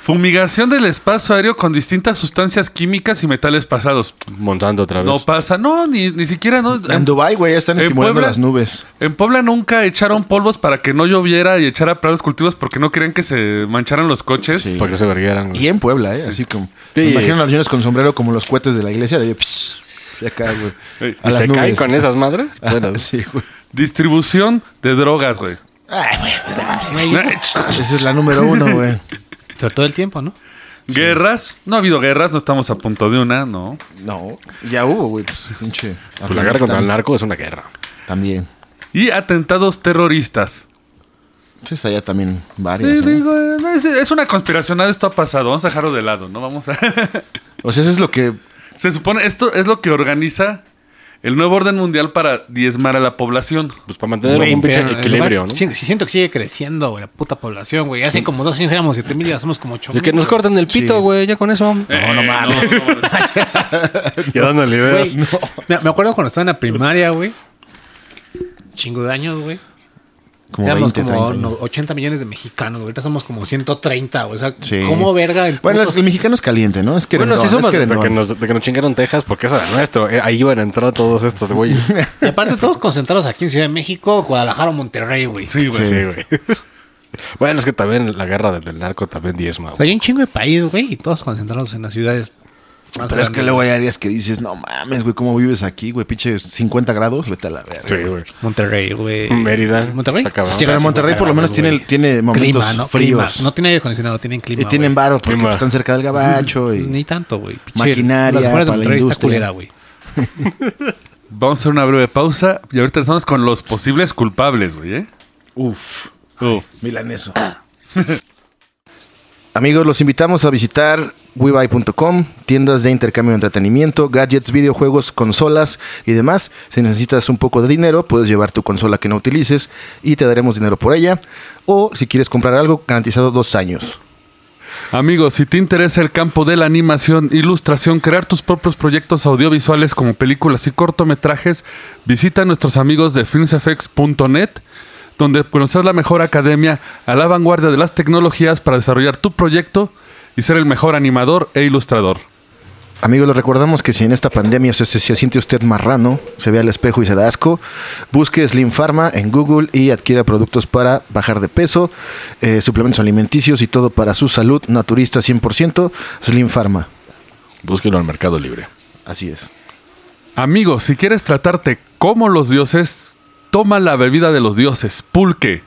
B: Fumigación del espacio aéreo con distintas sustancias químicas y metales pasados.
D: Monsanto otra vez.
B: No pasa, no, ni, ni siquiera. No.
C: En Dubái, güey, ya están
B: ¿En
C: estimulando
B: Puebla?
C: las nubes.
B: En Puebla nunca echaron polvos para que no lloviera y echara a perder los cultivos porque no querían que se mancharan los coches.
C: Sí.
D: Para que se verguieran, güey.
C: Y en Puebla, ¿eh? Así como.
D: Sí.
C: Me imagino a los niños con sombrero como los cohetes de la iglesia. De ahí, pss, de acá, güey.
B: Ey,
C: A
D: ¿Y
C: las
D: se caen
C: nubes.
D: con esas madres? Pues
C: Ah,
D: Bueno,
C: sí, güey.
B: Distribución de drogas, güey.
C: Ay, güey.
E: Güey,
C: Esa es la número uno, güey.
E: Pero todo el tiempo, ¿no?
B: Guerras, no ha habido guerras, no estamos a punto de una, no.
C: No, ya hubo, güey. Pues, pinche.
D: Pues la guerra contra el
C: Afganistán
D: narco es una guerra.
C: También.
B: Y atentados terroristas.
C: Sí, está ya también
B: Sí,
C: varias. ¿no?
B: digo, eh, no, es, es una conspiración, nada de esto ha pasado. Vamos a dejarlo de lado, ¿no? Vamos a.
C: O sea, eso es lo que.
B: Se supone, esto es lo que organiza el nuevo orden mundial para diezmar a la población.
D: Pues para mantener
E: Güey,
D: un pinche
E: pero en
D: equilibrio,
E: lugar-
D: ¿no?
E: si- si siento que sigue creciendo, güey, la puta población, güey. Hace como dos años éramos 7 mil y ahora somos como 8
D: Y
E: mil.
D: que nos corten el pito,
C: Sí.
D: güey, ya con eso.
B: Eh, no mames.
D: Ya dándole
E: Güey, me, me acuerdo cuando estaba en la primaria, güey. Chingo de años, güey.
C: Como
E: Éramos
C: 20,
E: como
C: 30.
E: no, 80 millones de mexicanos, güey. Ahorita somos como 130, güey. O sea,
C: Sí.
E: ¿cómo verga? el
C: Bueno,
E: puto-
C: es- el mexicano es caliente, ¿no? Es que
D: Bueno, sí
C: es
D: somos de
C: querendón.
D: que, nos, de que nos chingaron Texas porque eso era nuestro. Eh, ahí iban a entrar todos estos güeyes.
E: Y aparte todos concentrados aquí en Ciudad de México, Guadalajara o Monterrey, güey.
B: Sí, güey.
D: Sí, güey. Bueno, es que también la guerra del, del narco también diezma.
E: O
D: güey.
E: sea, hay un chingo de país, güey, y todos concentrados en las ciudades.
C: Pero
E: más
C: es que
E: grandes.
C: luego hay áreas que dices, no mames, güey, ¿cómo vives aquí, güey? Pinche 50 grados, vete a la verga.
D: Sí, güey.
E: Monterrey, güey.
D: Mérida.
E: Monterrey.
D: Está cabrón.
E: Llega
C: Pero
E: a
C: Monterrey
E: 50
C: por lo menos
E: grados,
C: tiene,
E: güey.
C: tiene momentos
E: Clima, ¿no?
C: fríos.
E: Clima. No tiene aire acondicionado, tienen clima.
C: Y
E: güey.
C: tienen varo porque
D: Clima.
C: pues, están cerca del gabacho y
E: Ni tanto, güey. Pinche-
C: Maquinaria
E: Las mujeres de
C: para la
E: Monterrey está
C: industria.
E: culera, güey.
B: Vamos a hacer una breve pausa y ahorita estamos con los posibles culpables, güey, ¿eh?
C: Uf,
B: Uf.
C: milaneso. Amigos, los invitamos a visitar webuy.com, tiendas de intercambio de entretenimiento, gadgets, videojuegos, consolas y demás. Si necesitas un poco de dinero, puedes llevar tu consola que no utilices y te daremos dinero por ella. O si quieres comprar algo, garantizado dos años.
B: Amigos, si te interesa el campo de la animación, ilustración, crear tus propios proyectos audiovisuales como películas y cortometrajes, visita a nuestros amigos de filmsfx.net, donde conocerás la mejor academia a la vanguardia de las tecnologías para desarrollar tu proyecto y ser el mejor animador e ilustrador.
C: Amigos, les recordamos que si en esta pandemia se, se- se siente usted marrano, se ve al espejo y se da asco, busque Slim Pharma en Google y adquiera productos para bajar de peso, eh, suplementos alimenticios y todo para su salud naturista 100%, Slim Pharma.
D: Búsquelo al Mercado Libre.
C: Así es.
B: Amigos, si quieres tratarte como los dioses, toma la bebida de los dioses, pulque.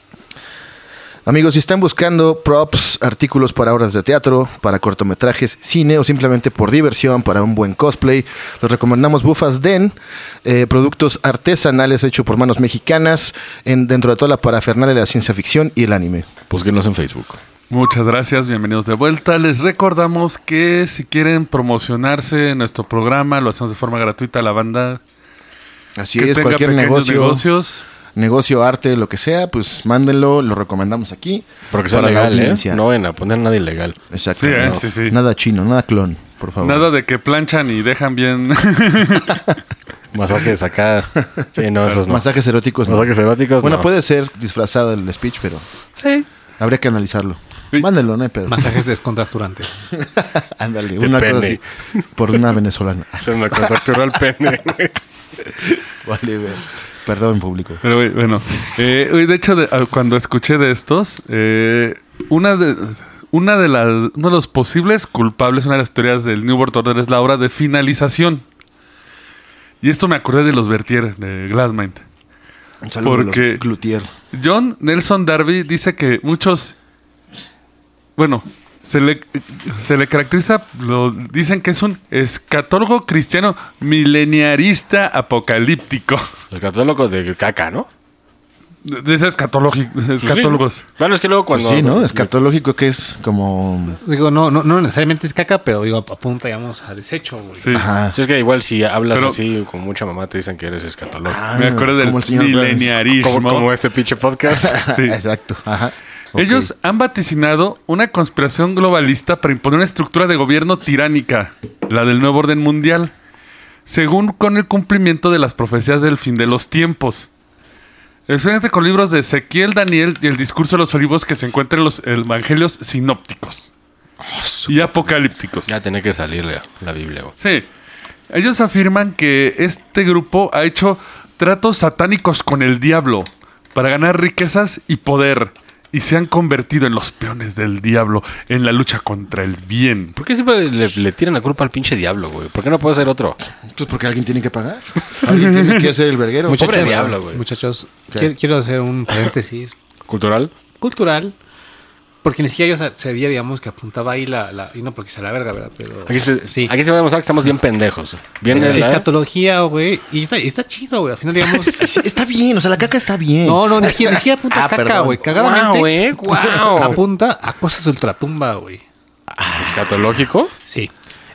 C: Amigos, si están buscando props, artículos para obras de teatro, para cortometrajes, cine o simplemente por diversión, para un buen cosplay, les recomendamos Bufas Den, eh, productos artesanales hechos por manos mexicanas en, dentro de toda la parafernalia de la ciencia ficción y el anime.
D: Búsquenlos en Facebook.
B: Muchas gracias, bienvenidos de vuelta. Les recordamos que si quieren promocionarse en nuestro programa, lo hacemos de forma gratuita a la banda.
C: Así
B: que
C: es,
B: tenga
C: cualquier
B: pequeños
C: negocio, negocio,
B: negocios.
C: arte, lo que sea, pues mándenlo, lo recomendamos aquí.
D: Porque sea
C: para la
D: legal, ¿eh?
C: audiencia.
D: No ven a poner nada ilegal.
C: Exacto.
B: Sí, eh,
C: no.
B: sí, sí.
C: Nada chino, nada clon, por favor.
B: Nada de que planchan y dejan bien.
D: Masajes acá. Sí, no, esos no.
C: Masajes eróticos. no.
D: Masajes eróticos,
C: Bueno,
D: no.
C: puede ser disfrazado el speech, pero
D: Sí.
C: habría que analizarlo.
B: Sí.
C: Mándenlo, no hay pedo.
E: Masajes descontracturantes.
C: Ándale, una cosa
D: pene.
C: así. Por una venezolana. Ah,
D: Se me contracturó el pene. güey.
C: Vale, güey. Perdón, público.
B: Pero güey, bueno, eh, güey, de hecho, de- ah, cuando escuché de estos, eh, una de una de las uno de los posibles culpables, una de las teorías del New World Order es la obra de finalización. Y esto me acordé de los Vertier de Glassmind.
C: Un saludo
B: Porque-
C: a los Glutier.
B: John Nelson Darby dice que muchos, bueno, se le, se le caracteriza, lo, dicen que es un escatólogo cristiano mileniarista apocalíptico.
D: El catálogo de caca, ¿no? Pues
B: Dice escatológicos, escatólogos.
D: Bueno, es que luego cuando.
C: Pues Sí, ¿no? Escatológico que es como...
E: Digo, no, no, no necesariamente es caca, pero digo, apunta, digamos, a desecho, güey.
B: Sí.
C: Ajá.
D: Sí, es que igual si hablas
B: Pero-
D: así con mucha mamá te dicen que eres escatólogo.
C: Ah,
B: Me acuerdo del
C: como el señor Burns.
B: mileniarismo.
D: como, como este pinche podcast.
B: Sí.
C: Exacto. Ajá. Ok.
B: Ellos han vaticinado una conspiración globalista para imponer una estructura de gobierno tiránica, la del nuevo orden mundial, según con el cumplimiento de las profecías del fin de los tiempos. Espérate con libros de Ezequiel, Daniel y el discurso de los olivos que se encuentran en los evangelios
C: Ah,
B: sinópticos y apocalípticos.
D: Ya tenía que salirle la Biblia. güey.
B: Sí. Ellos afirman que este grupo ha hecho tratos satánicos con el diablo para ganar riquezas y poder. Y se han convertido en los peones del diablo en la lucha contra el bien.
D: ¿Por qué siempre le, le tiran la culpa al pinche diablo, güey? ¿Por qué no puede ser otro?
C: Pues porque alguien tiene que pagar. Alguien tiene que hacer el verguero.
D: Muchachos.
C: Pobre-
D: Pobre diablo, güey.
E: Muchachos, quiero, quiero hacer un paréntesis
D: ¿Cultural?
E: cultural. Porque ni siquiera yo sa- sabía, digamos, que apuntaba ahí la... la- y no porque sea la verga, ¿verdad? Pero...
D: Aquí se,
E: sí.
D: aquí se va a demostrar que estamos bien pendejos. Bien
E: Es-
D: el-
E: escatología, güey. Y está, está chido, güey. Al final, digamos...
C: Sí, está bien, o sea, la caca está bien.
E: No, no, ni siquiera, ni siquiera apunta
C: Ah,
E: a caca,
C: perdón.
E: güey. Cagadamente.
D: Guau, eh, guau.
E: Apunta a cosas de ultratumba, güey.
D: ¿Escatológico?
E: Sí.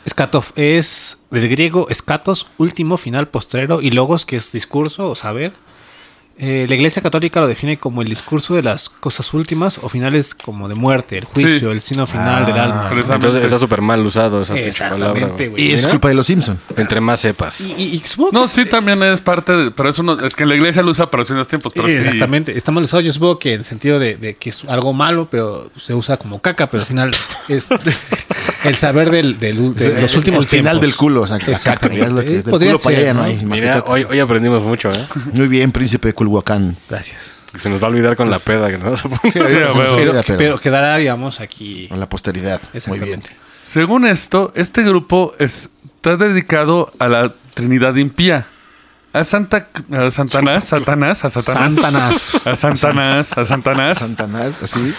E: Escatof es del griego escatos, último, final, postrero, y logos, que es discurso o saber. Eh, la Iglesia Católica lo define como el discurso de las cosas últimas o finales como de muerte, el juicio,
B: Sí.
E: el sino final del alma. ¿no?
B: Precisamente.
D: Entonces está súper mal usado esa pinche palabra. güey.
E: Exactamente, güey.
C: Y es
E: Mira.
C: culpa de los Simpson.
D: Entre más sepas.
E: Y, y- y supongo que
B: No,
E: es-
B: sí, también es parte de. Pero eso no, es que en la iglesia lo usa para los tiempos. Pero sí.
E: Exactamente, está mal usado. Yo supongo que en el sentido de, de que es algo malo, pero se usa como caca, pero al final es el saber del, del- de
C: Es
E: los
C: el-
E: últimos
C: el final
E: tiempos.
C: del culo, o sea, que- es lo que-
E: Exactamente.
C: del
E: Podría
C: culo para
E: ser,
C: allá no
E: ¿no?
C: hay más que
D: Mira,
C: caca.
D: hoy, hoy aprendimos mucho, ¿eh?
C: Muy bien, príncipe de Culhuacán.
E: Gracias.
D: Se nos va a olvidar con la peda que nos vamos a poner.
C: Sí,
B: a
C: ahorita se nos
B: huevo.
E: Pero,
C: olvida,
E: pero, quedará, digamos, aquí.
C: a la posteridad. Muy bien.
E: Exactamente.
B: Según esto, este grupo es- está dedicado a la Trinidad impía. A Santa a Santanás, Satanás, a Satanás.
E: Santanás.
B: A Santanás, a Santanás.
C: Santanás, así.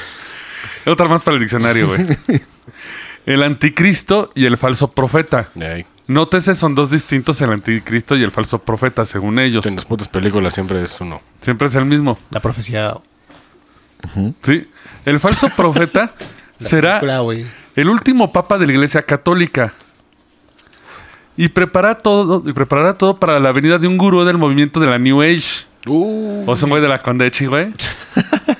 B: Otra más para el diccionario, güey. El anticristo y el falso profeta.
D: Ay,
B: Nótese, son dos distintos el anticristo y el falso profeta, según ellos.
D: Pues En las putas películas siempre es uno.
B: Siempre es el mismo.
E: La profecía.
B: Sí. El falso profeta será
E: Cura, güey.
B: el último papa de la Iglesia Católica. Y prepara todo, y preparará todo para la venida de un gurú del movimiento de la New Age. O sea, un güey de la Condechi, güey.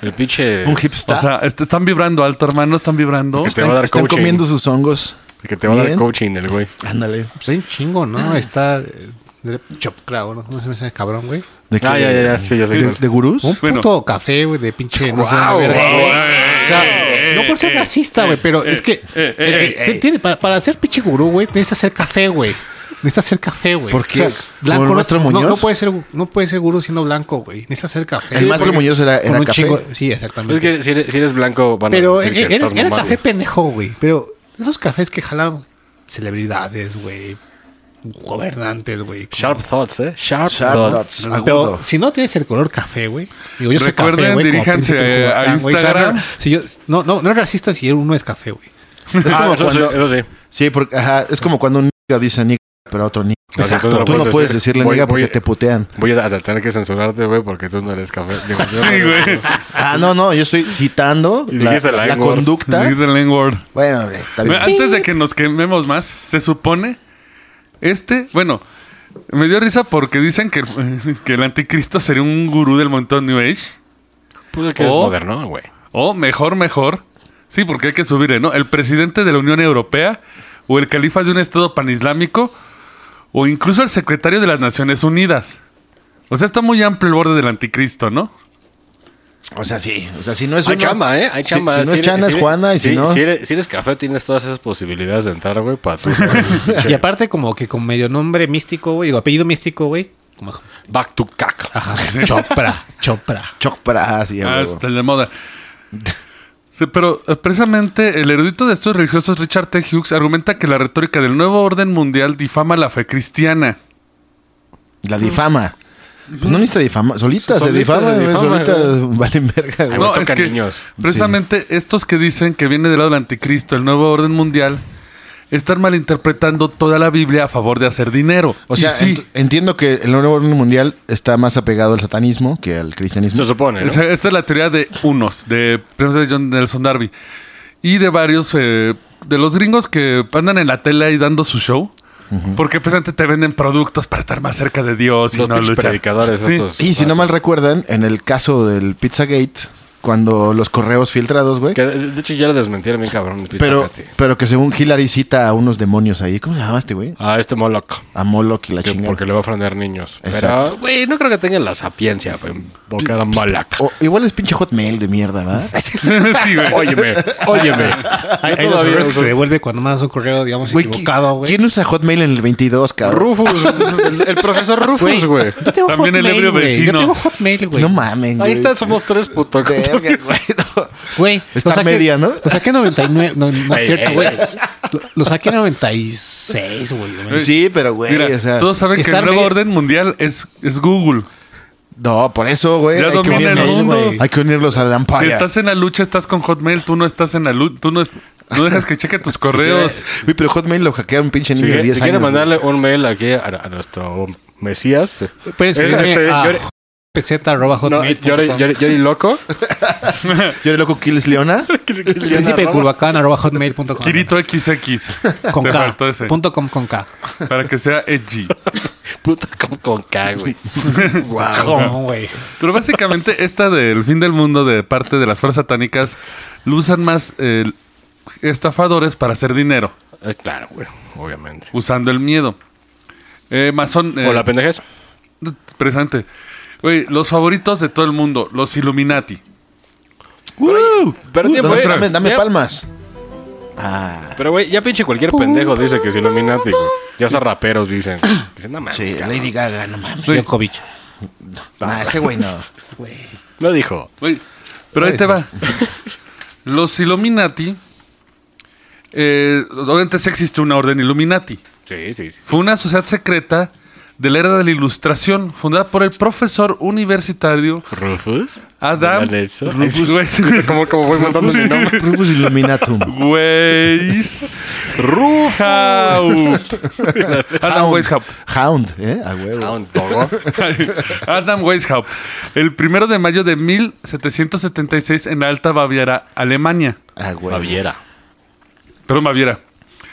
D: El pinche
C: Un
B: O
C: hipster.
B: sea, est- están vibrando alto, hermano, están vibrando.
D: te va a
C: están
D: dar
C: están
D: coaching.
C: comiendo sus hongos.
D: que te va a dar
C: Bien.
D: coaching, Ah, el güey.
C: Ándale.
E: Pues hay un chingo,
C: Mm.
E: ¿no? Está. eh, de- Chop Crow, ¿no? ¿Cómo se me hace cabrón, güey?
C: ¿De, qué?
D: Ah, ya, ya, ya. Sí, ya sé.
C: ¿De,
D: cuál.
C: de gurús?
E: Un
B: Pues, Bueno.
E: puto café, güey, de pinche. No sé dónde
D: Guau,
E: verga,
D: guau,
E: güey.
B: eh,
E: O sea,
B: eh,
E: no por ser
B: eh,
E: racista, güey, pero es que.
B: eh,
E: eh,
B: eh,
E: ti- tiene- para, para ser pinche gurú, güey, necesitas ser café, güey. Necesitas ser café, güey.
C: ¿Por qué? ¿Como
E: blanco
C: el
E: no-
C: maestro
E: no,
C: Muñoz?
E: No, puede ser, no puede ser gurú siendo blanco, güey. Necesitas ser café.
C: El maestro
E: Porque-
C: Muñoz era-
E: con
C: era
E: un
C: café.
E: sí, exactamente.
D: Es que si eres, si eres blanco, van
E: pero
D: a decir que
E: era,
D: estás mamado.
E: café pendejo, güey. Pero esos cafés que jalan celebridades, güey. Gobernantes, güey. como-
D: Sharp thoughts, ¿eh? Sharp,
C: Sharp
D: thoughts.
C: dots, agudo.
E: Pero si no tienes el color café, güey. Digo, yo soy café,
B: Recuerden,
E: güey. como
B: diríjanse
E: príncipe de
B: a
E: Yucatán, güey. O sea,
B: Instagram.
E: no, si yo- no, no, no es racista si uno es café, güey.
C: Es
D: Ah,
C: como
D: eso
C: cuando...
D: sí, eso sí.
C: Sí, porque, ajá, es como cuando un nigga dice nigga, pero a otro nigga.
D: No,
C: Exacto.
D: entonces eh,
C: Tú no puedes decirle
D: pues, Voy-
C: nigga
D: voy-
C: porque te putean.
D: Voy a a tener que censurarte, güey, porque tú no eres café. Digo, yo-
B: Sí, güey.
C: Ah, no, no, yo estoy citando
D: Y
C: la,
D: dijiste la
C: la
D: N-word.
C: conducta.
B: Dice el N-word.
C: Bueno, güey, está
B: Bueno,
C: bien.
B: Antes de que nos quememos más, se supone este, bueno, me dio risa porque dicen que, que el anticristo sería un gurú del montón New Age.
D: Pues es que eres
B: O-
D: moderno, güey.
B: O mejor, mejor. Sí, porque hay que subirle, ¿no? El presidente de la Unión Europea o el califa de un estado panislámico o incluso el secretario de las Naciones Unidas. O sea, está muy amplio el borde del anticristo, ¿no?
C: O sea, sí. O sea, si no es
D: Hay
C: uno-
D: chamba, ¿eh? Hay
C: si-
D: chamba.
C: Si, no es Chana, es
D: eres-
C: Juana. Y si
D: sí,
C: no...
D: Si eres, si eres café, tienes todas esas posibilidades de entrar, güey, para tu.
E: Y aparte, como que con medio nombre místico, güey. Digo, apellido místico, güey. Como,
D: Back to caca.
E: ajá, Chopra, Chopra.
C: Choc para... Ah, sí, a
B: Ah,
C: huevo.
B: está de moda. Sí, pero eh, precisamente el erudito de estos religiosos Richard T. Hughes argumenta que la retórica del nuevo orden mundial difama la fe cristiana.
C: La difama. Pues no necesita difama. Solita se
D: Solita
C: difama.
D: se
C: güey,
D: difama,
C: Solita
D: güey.
C: valen verga, güey.
D: Igual
B: No, es
D: tocan
B: que
D: niños.
B: precisamente estos que dicen que viene del lado del anticristo, el nuevo orden mundial, están malinterpretando toda la Biblia a favor de hacer dinero.
C: O sea,
B: Y sí,
C: ent- entiendo que el nuevo orden mundial está más apegado al satanismo que al cristianismo.
D: Se supone, ¿no?
B: esa- esta es la teoría de unos, de de John Nelson Darby, y de varios, eh, de los gringos que andan en la tela y dando su show. Porque precisamente te venden productos para estar más cerca de Dios y
D: Los
B: no
D: pinches
B: luchar.
D: predicadores
B: Sí.
D: estos.
C: Y si no mal recuerdan, en el caso del Pizzagate, cuando los correos filtrados, güey.
D: Que, de de hecho, ya lo desmentieron bien cabrón. el pinche
C: Pero,
D: Agati.
C: pero que según Hillary cita a unos demonios ahí. ¿Cómo se llamaba este güey?
D: Ah, este Moloch.
C: A Moloch y la
D: que-
C: chingada.
D: porque le va a ofrender niños.
C: Exacto.
D: Pero, güey, no creo que tengan la sapiencia para invocar a Moloch.
C: O- igual es pinche hotmail de mierda, ¿va?
B: sí, güey.
D: Óyeme, óyeme.
E: Hay, hay los errores que te devuelve cuando mandas un correo, digamos,
C: Güey,
E: equivocado,
C: ¿qui-
E: güey.
C: ¿Quién usa hotmail en el 22, cabrón?
D: Rufus,
B: Pues,
D: el, el profesor Rufus, güey.
E: Yo tengo
B: También el
E: Hotmail,
B: ebrio
E: güey.
B: vecino.
E: Yo tengo Hotmail, güey.
C: No mamen, güey.
D: Ahí está, somos tres, puto.
C: Verga, güey, no.
E: Güey,
C: Está
E: lo saqué-
C: media, ¿no?
E: Lo saqué en 99. No, no
D: Ey,
E: es cierto,
D: ey,
E: güey. Lo, lo saqué en 96, güey. güey.
C: Sí, pero güey,
B: Mira,
C: o sea,
B: todos saben que el
E: estar
B: nuevo
E: medio-
B: orden mundial es, es Google.
C: no, por eso, güey,
B: Ya
C: hay, que
B: domina el
C: unirlos-
B: mundo.
E: güey.
C: hay que unirlos al
B: Si
C: Empire.
B: estás en la lucha, estás con Hotmail, tú no estás en la lucha, tú no, es- no dejas que cheque tus correos.
C: Uy, pero Hotmail lo hackea un pinche
D: Si,
C: niño de
D: quiere-
C: 10
D: si
C: años.
D: quiere
C: güey.
D: mandarle un mail aquí a, a nuestro Mesías.
E: Pueden
D: Es
E: escribirme
D: este,
E: a
D: yo- No,
E: pz.hotmail.com.
D: yo era- yo era- yo era loco.
C: Yo era loco Kills Leona.
E: Príncipe de Culhuacán, arroba hotmail.com.
B: Kirito XX.
E: Con
B: Te
E: K.
B: faltó ese.
E: Punto com con K.
B: Para que sea edgy.
D: Puta con, con K, güey.
E: No, güey.
B: Pero básicamente esta del fin del mundo de parte de las fuerzas satánicas lo usan más eh, estafadores para hacer dinero,
D: Eh, claro, güey, obviamente.
B: usando el miedo. Eh, masón, eh,
D: O la pendejez.
B: Presente. Güey, los favoritos de todo el mundo, los Illuminati.
C: ¡Uh!
D: pero
C: Uh,
D: tiempo,
C: dame,
D: eh.
C: dame, dame
D: Ya.
C: palmas.
D: Pero, güey, ya pinche cualquier pendejo dice que es Illuminati, güey. Ya hasta raperos dicen. Dicen, no mames,
C: Sí,
D: cabrón".
C: Lady Gaga, no mames.
E: Djokovic.
C: Nah, ese güey no.
D: No dijo.
B: Güey, pero ahí te va. Los Illuminati. eh, obviamente sí existe una orden Illuminati.
D: Sí, sí, sí.
B: Fue una sociedad secreta de la era de la Ilustración, fundada por el profesor universitario
D: Rufus.
B: Adam
D: Rufus.
B: Güey,
D: ¿Cómo, cómo fue montando su nombre?
C: Rufus Illuminatum.
B: Weiss. Ruhaupt. Adam
C: Hound.
B: Weishaupt.
C: Hound, ¿eh? A huevo.
B: Adam Weishaupt. El primero de mayo de 1776 en la Alta Baviera, Alemania.
C: A huevo.
D: Baviera.
B: Perdón, Baviera.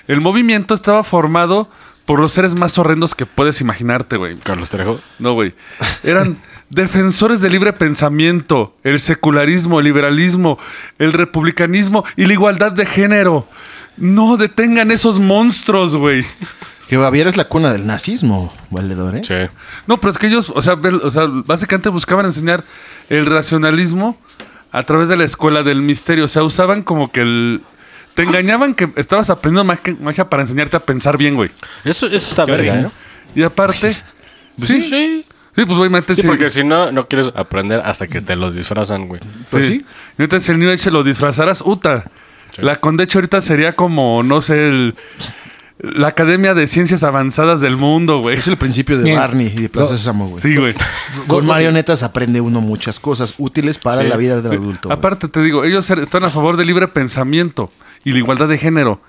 B: El movimiento estaba formado por los seres más horrendos que puedes imaginarte, güey.
D: Carlos Trejo.
B: No, güey. Eran defensores del libre pensamiento, el secularismo, el liberalismo, el republicanismo y la igualdad de género. No detengan esos monstruos, güey.
C: Que Baviera es la cuna del nazismo, valedor, ¿eh?
D: Sí.
B: No, pero es que ellos, o sea, vel- o sea, básicamente buscaban enseñar el racionalismo a través de la escuela del misterio. O sea, usaban como que el. Te engañaban que estabas aprendiendo ma- magia para enseñarte a pensar bien, güey.
D: Eso, eso está verga, ¿no?
B: Y aparte. sí, sí. pues güey, metes
D: Sí, porque si no, no quieres aprender hasta que te lo disfrazan, güey.
C: Pues
B: Sí.
C: sí.
B: Y Entonces el New Age lo disfrazaras, uta. La Condeche ahorita sería como, no sé, el, la Academia de Ciencias Avanzadas del Mundo, güey.
C: Es el principio de
E: Bien.
C: Barney y de Plaza Sésamo, güey.
B: Sí, güey.
C: Con marionetas aprende uno muchas cosas útiles para la vida del adulto. güey.
B: Aparte te digo, ellos er- están a favor del libre pensamiento y la igualdad de género.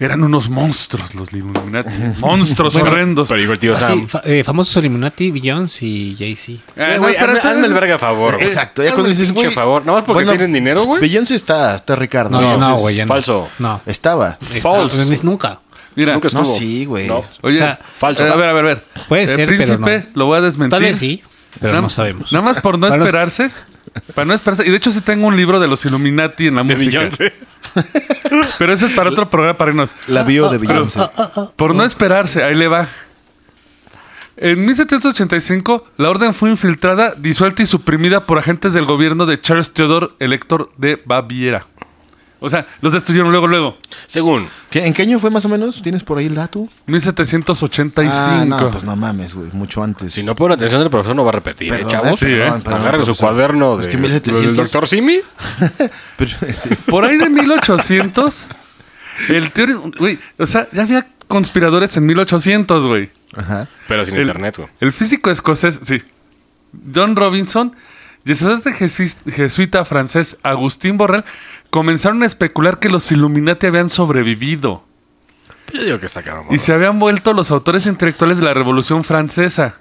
B: Eran unos monstruos los Illuminati. Monstruos
E: Bueno,
B: horrendos.
D: Pero digo el tío
E: Sí,
D: Sam.
E: fa- eh, famosos Illuminati, Beyoncé y Jay-Z.
B: Ah, no,
D: Eh, Güey,
B: espera,
D: hazme-
B: espera,
D: hazme el verga a favor, güey.
C: Exacto. Ya
D: Hazme
C: cuando
D: el
C: dices,
D: pinche
C: güey.
D: favor. Nada más porque tienen dinero, güey.
C: Beyoncé está, está Ricardo.
E: No, no,
C: entonces,
E: güey. ya no.
D: falso.
E: No.
C: Estaba.
E: Está-
D: False.
E: no es Nunca.
B: Mira,
D: Nunca
C: No,
D: estuvo.
C: sí, güey.
D: No.
B: oye,
E: o sea,
D: falso.
B: eh, A ver, a ver, a ver.
E: Puede ser, pero
B: príncipe,
E: no.
B: lo voy a desmentir.
E: Tal vez sí, pero
B: Nada-
E: no sabemos.
B: Nada más por no
E: Para no-
B: esperarse. Para no esperarse. Y de hecho sí tengo un libro de los Illuminati en la música. Pero ese es para otro programa para irnos.
C: La vio
E: Ah,
C: de Beyoncé.
B: Por no esperarse, ahí le va. En 1785, la orden fue infiltrada, disuelta y suprimida por agentes del gobierno de Charles Theodore, elector de Baviera. O sea, los destruyeron luego, luego.
D: Según.
C: ¿Qué- ¿En qué año fue más o menos? ¿Tienes por ahí el dato?
B: 1785.
C: Ah, no, pues no mames, güey. Mucho antes.
D: Si no ponen atención, el profesor no va a repetir, ¿eh,
C: Perdón,
D: chavos?
C: eh,
B: Sí,
C: perdón,
B: ¿eh?
C: perdón,
D: Agarren su
C: profesor.
D: cuaderno
C: Es
D: de,
C: que
D: del
C: 1700.
D: doctor Simi.
C: Pero-
B: Por ahí de 1800, el teórico... Güey, o sea, ya había conspiradores en 1800, güey.
C: Ajá.
D: Pero sin
B: El-
D: internet, güey.
B: El físico escocés, sí. John Robinson y el sacerdote jesuis- jesuita francés Agustín Borrell comenzaron a especular que los Illuminati habían sobrevivido
D: Yo digo que está caro,
B: y se habían vuelto los autores intelectuales de la Revolución Francesa.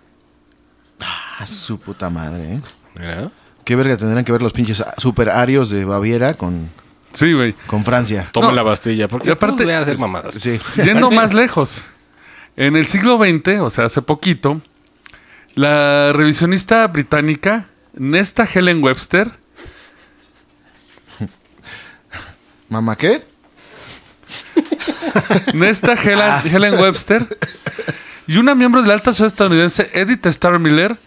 C: A su puta madre, ¿eh?
D: Mira.
C: Qué verga tendrán que ver los pinches super arios de Baviera con,
B: Sí, güey.
C: con Francia.
D: Toma
B: No.
D: la pastilla. Porque
B: Y aparte-
D: aparte de hacer mamadas.
C: Sí.
B: Yendo más lejos, en el siglo XX, o sea, hace poquito, la revisionista británica Nesta Helen Webster
C: ¿Mamá qué?
B: Nesta Helen, Helen Webster y una miembro de la alta sociedad estadounidense, Edith Starr Miller.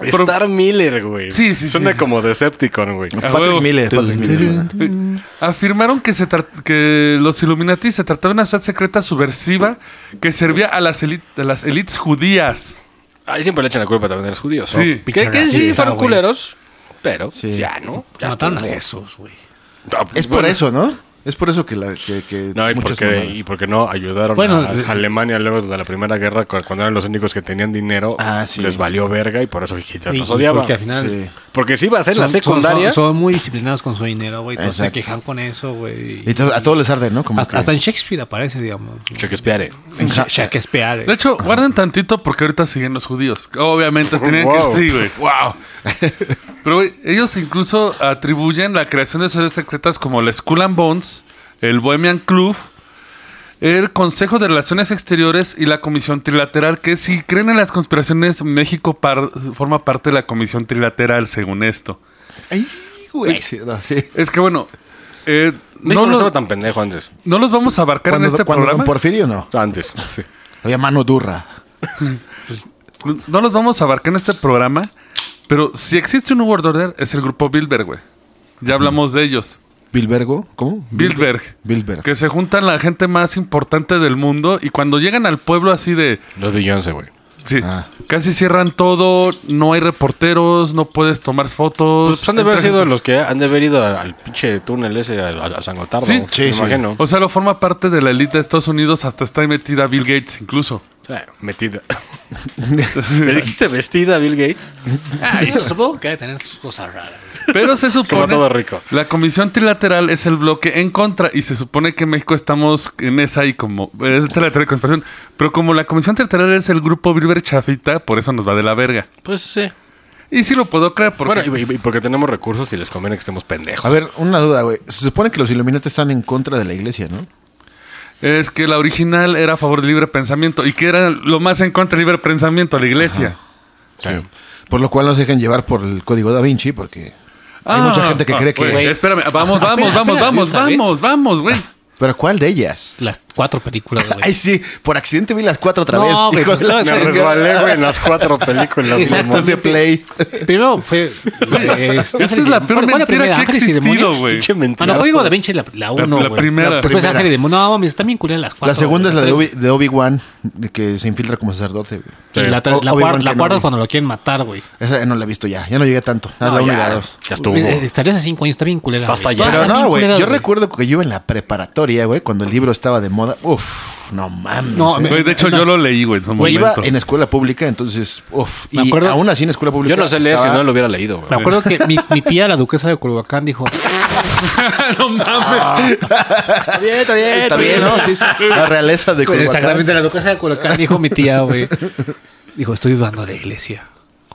B: Pero-
D: Star Miller, güey.
B: Sí, sí,
D: Suena
B: sí.
D: como Decepticon, güey.
B: A
C: Patrick
B: huevo.
C: Miller. Patrick Miller.
B: afirmaron que, se trat- que los Illuminati se trataba de una sociedad secreta subversiva que servía a las, elit- a las elites judías.
D: Ahí siempre le echan la culpa también a los judíos. ¿no?
B: Sí.
D: Que, que sí,
E: Pinche
D: fueron
E: racista, güey.
D: culeros, pero
C: Sí.
D: ya, ¿no? Ya
E: Mataron a
D: estuvo.
E: esos, güey.
D: Ah,
C: Es por
D: bueno.
C: eso, ¿no? Es por eso que, la, que, que
D: No, y
C: muchos
D: porque,
C: mamadas.
D: y porque no ayudaron
E: Bueno,
D: a
E: eh,
D: Alemania luego de la Primera Guerra, cu- cuando eran los únicos que tenían dinero,
C: Ah, sí.
D: les valió verga y por eso Hitler
E: Y-
D: los odiaba.
E: Porque al final.
C: Sí.
D: Porque si iba a ser
E: son-
D: la
E: son-
D: secundaria,
E: Son, son muy disciplinados con su dinero, güey. Todos se
C: Exacto.
E: quejan con eso, güey.
C: Y to- a todos les arde, ¿no? Como
E: Hasta,
C: que-
E: hasta en Shakespeare aparece, digamos.
D: Shakespeare.
C: en Ja-
E: Shakespeare.
B: De hecho, guarden tantito porque ahorita siguen los judíos. Obviamente tenían
D: Wow.
B: que. Sí, güey. ¡Wow! Pero güey, ellos incluso atribuyen la creación de sociedades secretas como la Skull and Bones, el Bohemian Club, el Consejo de Relaciones Exteriores y la Comisión Trilateral, que si creen en las conspiraciones, México par- forma parte de la Comisión Trilateral, según esto.
C: Ahí sí, güey. Sí, no, sí.
B: Es que bueno, eh,
D: No,
B: no,
D: no
B: lo-
D: estaba tan pendejo antes.
B: no los vamos a abarcar
C: Cuando,
B: en este
C: cuando
B: programa.
C: Don Porfirio no.
D: Antes. Sí.
C: Había mano durra.
B: No los vamos a abarcar en este programa, pero si existe un New World Order es el grupo Bilderberg, güey. Ya hablamos de ellos.
C: ¿Bilbergo? ¿Cómo?
B: Bilderberg.
C: Bilberg.
B: Que se juntan la gente más importante del mundo y cuando llegan al pueblo así de...
D: Los Beyoncé, güey.
B: Sí,
C: Ah.
B: casi cierran todo, no hay reporteros, no puedes tomar fotos.
D: Pues, pues han de haber
B: Entra
D: sido
B: gente-
D: los que han de haber ido al, al pinche túnel ese, al, al- al San Gotardo.
B: Sí.
C: Sí,
D: me
C: sí.
D: imagino.
B: O sea, lo forma parte de la élite de Estados Unidos, hasta está ahí metida Bill Gates incluso.
D: O sea, metida. ¿Le dijiste vestida a Bill Gates?
E: Ay, Ah, supongo que debe tener sus cosas raras.
B: Pero se supone.
D: Como todo rico.
B: La comisión trilateral es el bloque en contra y se supone que en México estamos en esa y como. Es la teoría de conspiración. Pero como la comisión trilateral es el grupo Bilber Chafita, por eso nos va de la verga.
D: Pues sí.
B: Y sí lo puedo creer porque.
D: Bueno, y, y porque tenemos recursos y les conviene que estemos pendejos.
C: A ver, una duda, güey. Se supone que los Illuminati están en contra de la iglesia, ¿no?
B: es que la original era a favor del libre pensamiento y que era lo más en contra del libre pensamiento, la iglesia.
D: Ah, Sí.
C: Por lo cual no se dejan llevar por el código da Vinci, porque hay
B: Ah,
C: mucha gente que
B: ah,
C: cree que.
E: pues,
B: güey, espérame, vamos, vamos,
E: Espera,
B: vamos,
E: espera,
B: vamos,
E: ¿otra vez?
B: vamos, vamos, güey.
C: Pero ¿cuál de ellas?
E: Las cuatro películas, güey.
C: Ay, sí, por accidente vi las cuatro otra
E: No,
C: vez.
E: güey,
C: hijo de
E: pues,
C: la
E: no,
D: Me
E: Es que-
D: resbalé, güey, en las cuatro películas.
E: Exacto.
D: mamón.
C: Puse play.
E: Primero fue. eh, este,
B: Esa es la peor
E: ¿cuál-
B: mentira
E: cuál primera?
B: que ha
E: ¿Ángeles y
B: existido,
E: demonios?
B: güey.
D: Pinche mentira.
E: Ah, no, Código da Vinci la, la
B: La,
E: uno,
B: la
E: güey.
B: primera.
C: La
E: Después
C: primera.
E: Ángeles y demonios. No, mames, están bien culeras las cuatro.
C: La segunda es la de
E: güey.
C: Obi- de Obi-Wan, que se infiltra como sacerdote. güey.
E: Y la, tra-
C: O-
E: la,
C: Obi-Wan
E: cuar- la
C: Kenobi.
E: cuarta es cuando lo quieren matar, güey.
C: Esa no la he visto ya, ya no llegué tanto. Nada,
D: No,
C: la 1 y
D: ya,
C: la 2.
D: ya estuvo.
E: Eh, eh, Estaría hace cinco años, está bien culera.
D: Basta
E: güey.
D: ya.
E: Está
C: Pero
E: bien
C: no, güey.
E: culera,
C: Yo recuerdo que yo iba en la preparatoria, güey, cuando el libro estaba de moda. Uf, no mames.
E: No,
C: eh.
E: me-
B: Güey, de hecho,
E: no.
B: yo lo leí, güey, en su
C: Güey, iba
B: momento.
C: en escuela pública, entonces, uf.
E: Me
C: Y
E: acuerdo-
C: aún así en escuela pública.
D: Yo no sé leer si
C: estaba-
D: no lo hubiera leído,
E: Me
D: güey.
E: acuerdo que mi, mi tía, la duquesa de Culhuacán, dijo:
B: no mames.
C: Ah,
D: Está bien, está bien.
C: Está bien, ¿no? Sí, sí. La realeza de Culhuacán.
E: Pues, Exactamente, la duquesa de Culhuacán, dijo mi tía, güey. Dijo: Estoy dudando a la iglesia.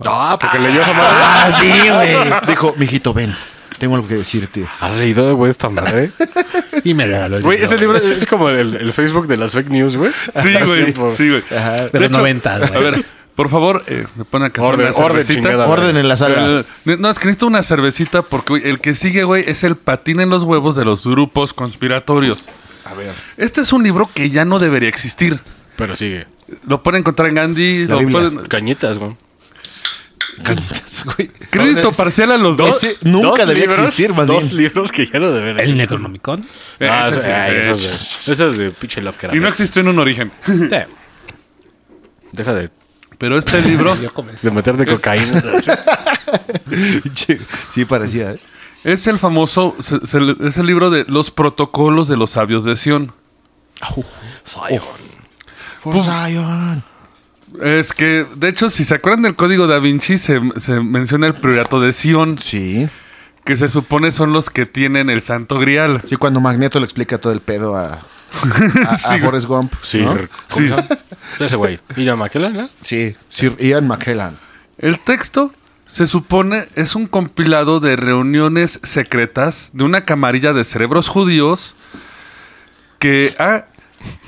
D: Ah, porque leyó esa madre.
E: Ah, sí, güey.
C: Dijo, mijito, ven, tengo algo que decirte.
D: ¿Has leído, güey, esta madre?
E: Y me regaló el
D: Güey,
E: libro,
D: ese libro es como el, el Facebook de las fake news, güey. pues.
B: Sí, güey. Sí, güey.
E: De, los
B: hecho,
E: 90, güey.
B: A ver, por favor, eh, me ponen a
D: Orden,
B: una
D: orden, chingada.
B: cervecita.
C: Orden en la sala.
B: Eh, no, es que necesito una cervecita porque güey, el que sigue, güey, es el patín en los huevos de los grupos conspiratorios.
C: A ver.
B: Este es un libro que ya no debería existir.
D: Pero sigue.
B: Lo pueden encontrar en Gandhi.
C: La
B: lo
C: Biblia.
B: pueden-
D: Cañitas, güey.
C: güey.
B: Crédito parcial a los dos.
C: Ese nunca
D: Dos
C: debía
D: libros,
C: existir, más
D: Dos
C: bien.
D: libros que ya no deberían.
E: El Necronomicon.
B: Eh,
D: Ah,
B: ese
D: eso,
B: sí, ese
D: eso,
B: sí.
D: es de, eso es de pinche Lovecraft.
B: Y no existió en un origen.
D: existe. Deja de,
B: Pero este libro
E: Yo comencé.
D: de meterte cocaína.
C: Che, Sí, parecía. ¿eh?
B: es el famoso, se- se- es el libro de los protocolos de los sabios de Sion.
D: Zion.
C: For Zion.
B: Es que, de hecho, si se acuerdan del código da Vinci, se, se menciona el priorato de Sion,
C: Sí.
B: que se supone son los que tienen el santo grial.
C: Sí, cuando Magneto le explica todo el pedo a, a, a Forrest Gump.
D: Sí.
C: ¿no?
D: ¿Cómo se llama? Ese güey. Mira, ¿eh? Maquela, ¿no?
C: Sí, Sir Ian McKellen.
B: El texto se supone es un compilado de reuniones secretas de una camarilla de cerebros judíos que ha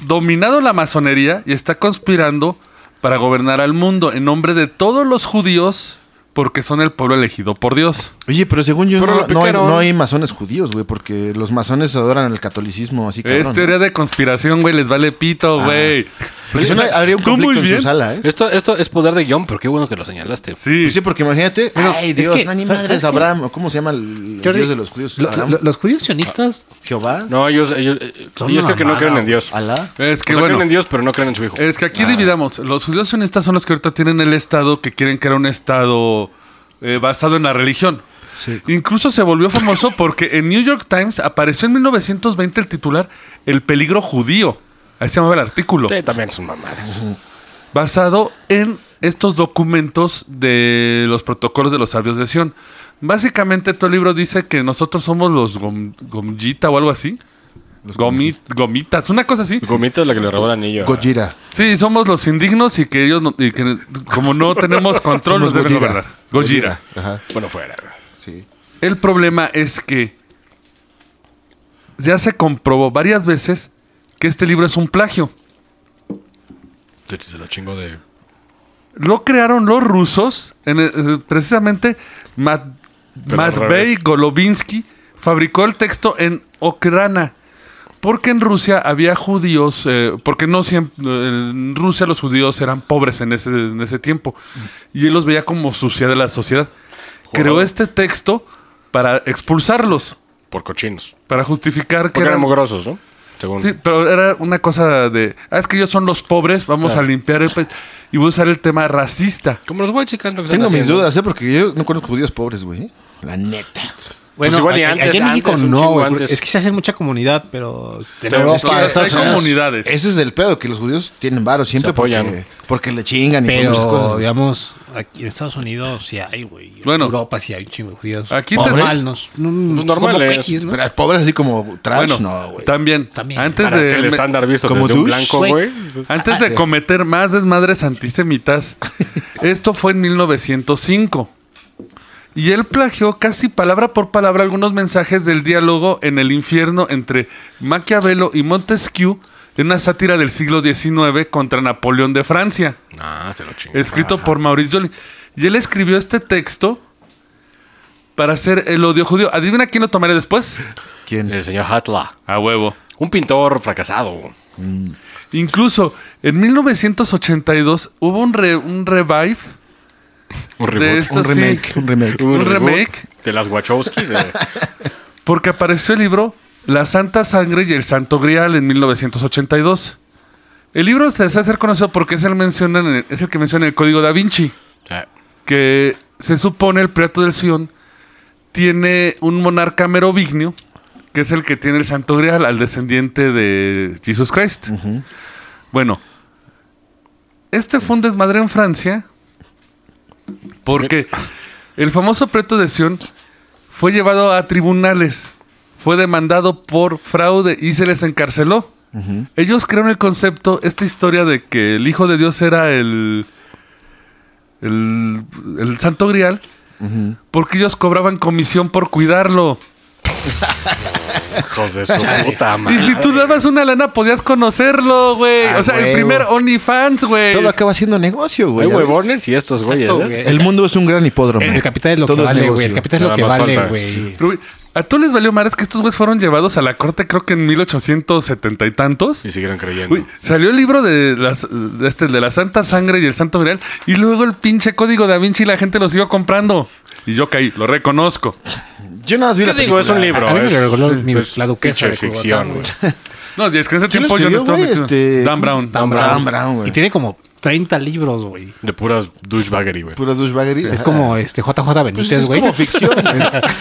B: dominado la masonería y está conspirando para gobernar al mundo en nombre de todos los judíos porque son el pueblo elegido por Dios.
C: Oye, pero según yo
D: Pero
C: no,
D: lo
C: no hay,
D: picaron.
C: no hay masones judíos, güey, porque los masones adoran el catolicismo, así que...
D: Este
B: es teoría de conspiración, güey, les vale pito,
D: Ah.
B: güey.
C: Porque si no, habría un
B: Tú muy
C: conflicto en su
B: bien.
C: sala, ¿eh? Pues
D: Esto, esto es poder de guión, pero qué bueno que lo señalaste.
B: Sí.
C: Sí, porque imagínate, ay
E: es
C: Dios,
E: que,
C: no, ni
E: ¿sabes-
C: madres
E: sabes qué?
C: Abraham, o ¿cómo se llama el, el
E: Jordi,
C: Dios de los judíos?
E: lo-
C: Abraham,
E: lo- los judíos sionistas
C: ¿Jehová?
D: No, ellos, ellos, eh,
E: Son
D: ellos
E: una
D: creo que no
E: mamada,
D: creen en Dios.
C: ¿Alá?
B: Es que
D: o sea,
B: bueno.
D: creen en Dios, Ah. pero no creen en su hijo.
B: Es que aquí dividamos. Los judíos sionistas son los que ahorita tienen el Estado que quieren crear un Estado eh, basado en la religión.
C: Sí.
B: Incluso se volvió famoso porque en New York Times apareció en 1920 el titular El peligro judío. Ahí se llamaba el artículo.
D: Sí, también son mamadas.
B: Basado en estos documentos de los protocolos de los sabios de Sion. Básicamente todo el libro dice que nosotros somos los gom- gomyita o algo así. Gomi- gomitas, una cosa así.
D: Gomita es la que le robó el anillo. a-
C: Gojira.
B: Sí, somos los indignos y que ellos, no- y que como no tenemos control, nos
C: Somos
B: vuelven a gobernar.
C: Gojira.
B: Gojira.
C: Ajá,
D: Bueno, fuera.
C: sí.
B: El problema es que ya se comprobó varias veces que este libro es un plagio.
D: Se- Se lo chingo de...
B: Lo crearon los rusos, en, eh, precisamente Mat-
D: Pero al
B: Matvei
D: revés.
B: Golovinsky fabricó el texto en Ucrania. Porque en Rusia había judíos, eh, porque no siempre, en Rusia los judíos eran pobres en ese, en ese tiempo. Y él los veía como suciedad de la sociedad. Creó
D: Joder.
B: este texto para expulsarlos,
D: Por cochinos.
B: para justificar que
D: Porque eran
B: eran...
D: mugrosos, ¿no? Según...
B: Sí, pero era una cosa de, ah, es que ellos son los pobres, vamos a limpiar el país. Y voy a usar el tema racista.
D: Como los huachicas. lo que
C: Tengo
D: están
C: mis
D: haciendo.
C: dudas, ¿eh? Porque yo no conozco judíos pobres, güey. La neta.
E: Bueno,
D: Pues igual y
E: aquí-
D: antes,
E: aquí en México
D: antes, un
E: no,
D: chingo
E: güey, porque
D: antes.
E: es que se hace mucha comunidad, pero
D: Pero es
E: tenemos
D: que
E: que-
B: Para hay comunidades.
C: Ese es el pedo, que los judíos tienen varo siempre
D: Se apoyan.
C: porque, porque le chingan y por muchas
E: Pero,
C: cosas.
E: digamos, aquí en Estados Unidos sí hay, güey. En
B: Bueno.
E: Europa sí hay un chingo de judíos.
B: Aquí
E: Normal,
C: también.
E: no- no-
D: Pues normal,
E: como
D: eh,
E: X, ¿no?
C: Pero pobres así como trash,
B: Bueno,
C: no, güey.
B: también,
E: También.
B: Antes
D: Para
B: de
D: que el estándar visto
C: Como
D: desde un
C: douche,
D: blanco,
E: güey.
D: güey.
B: Antes
C: Ah,
B: de cometer más desmadres antisemitas, esto fue en 1905. Y él plagió casi palabra por palabra algunos mensajes del diálogo en el infierno entre Maquiavelo y Montesquieu en una sátira del siglo XIX contra Napoleón de Francia,
D: Ah, se lo chingo.
B: escrito por Maurice Joly. Y él escribió este texto para hacer el odio judío. Adivina quién lo tomaré después.
C: ¿Quién?
D: El señor Hatla.
B: A huevo.
D: Un pintor fracasado.
B: Incluso en 1982 hubo un, re- un revive
D: Un
B: de
D: reboot.
B: esto,
C: un
B: sí.
C: remake, un remake.
B: un
D: reboot
B: remake.
D: De las Wachowski. de-
B: Porque apareció el libro La Santa Sangre y el Santo Grial en 1982. El libro se desea ser conocido porque es el, mencionan en el- es el que menciona en el Código da Vinci,
D: O sea,
B: que se supone el Priato del Sion tiene un monarca merovignio, que es el que tiene el Santo Grial al descendiente de Jesus Christ. Bueno, este fue un desmadre en Francia porque el famoso preto de Sion fue llevado a tribunales, fue demandado por fraude y se les encarceló. Ellos crearon el concepto, esta historia de que el Hijo de Dios era el, el, el Santo Grial, porque ellos cobraban comisión por cuidarlo.
D: Hijos de su puta
B: Y si
D: madre.
B: tú dabas una lana, podías conocerlo, güey.
C: Ah,
B: o sea, el
C: huevo.
B: primer OnlyFans, güey.
C: Todo acaba siendo negocio,
D: Hay
C: güey. ¿ya ves?
D: huevones y estos güeyes.
E: Exacto,
D: ¿eh?
E: güey.
C: El mundo es un gran hipódromo.
E: El capital es lo
C: Todo
E: que
C: es
E: vale, güey.
C: negocio.
E: El capital es lo
D: Nada
E: que
D: más
E: vale,
D: falta.
E: güey.
B: Pero, güey, a todos les valió madres que estos güeyes fueron llevados a la corte, creo que en 1870 y tantos.
D: Y siguieron creyendo.
B: Güey, salió el libro de, las, de este, de la Santa Sangre y el Santo Grial. Y luego el pinche código da Vinci y la gente lo siguió comprando. Y yo caí, lo reconozco.
C: Yo nada más vi
D: ¿Qué
C: la
D: digo?
C: película.
D: Es un libro.
E: A mí me
D: es-
E: lo regaló mi-
D: es
E: la
D: pinche
E: duquesa de Cubata,
D: ficción,
E: güey.
D: güey.
B: No, y es que en ese
C: ¿Quién
B: tiempo
C: lo
B: yo no
C: escribió,
B: estaba
C: güey?
B: metido.
C: Este,
B: Dan Brown.
E: Dan Brown.
C: Dan Brown, güey.
E: Y tiene como 30 libros, güey.
D: De puras douchebaggery, güey.
C: Pura douchebaggery.
E: Es
C: ajá.
E: como este JJ
C: Pues
E: Benítez,
C: es
E: güey.
C: como ficción, güey.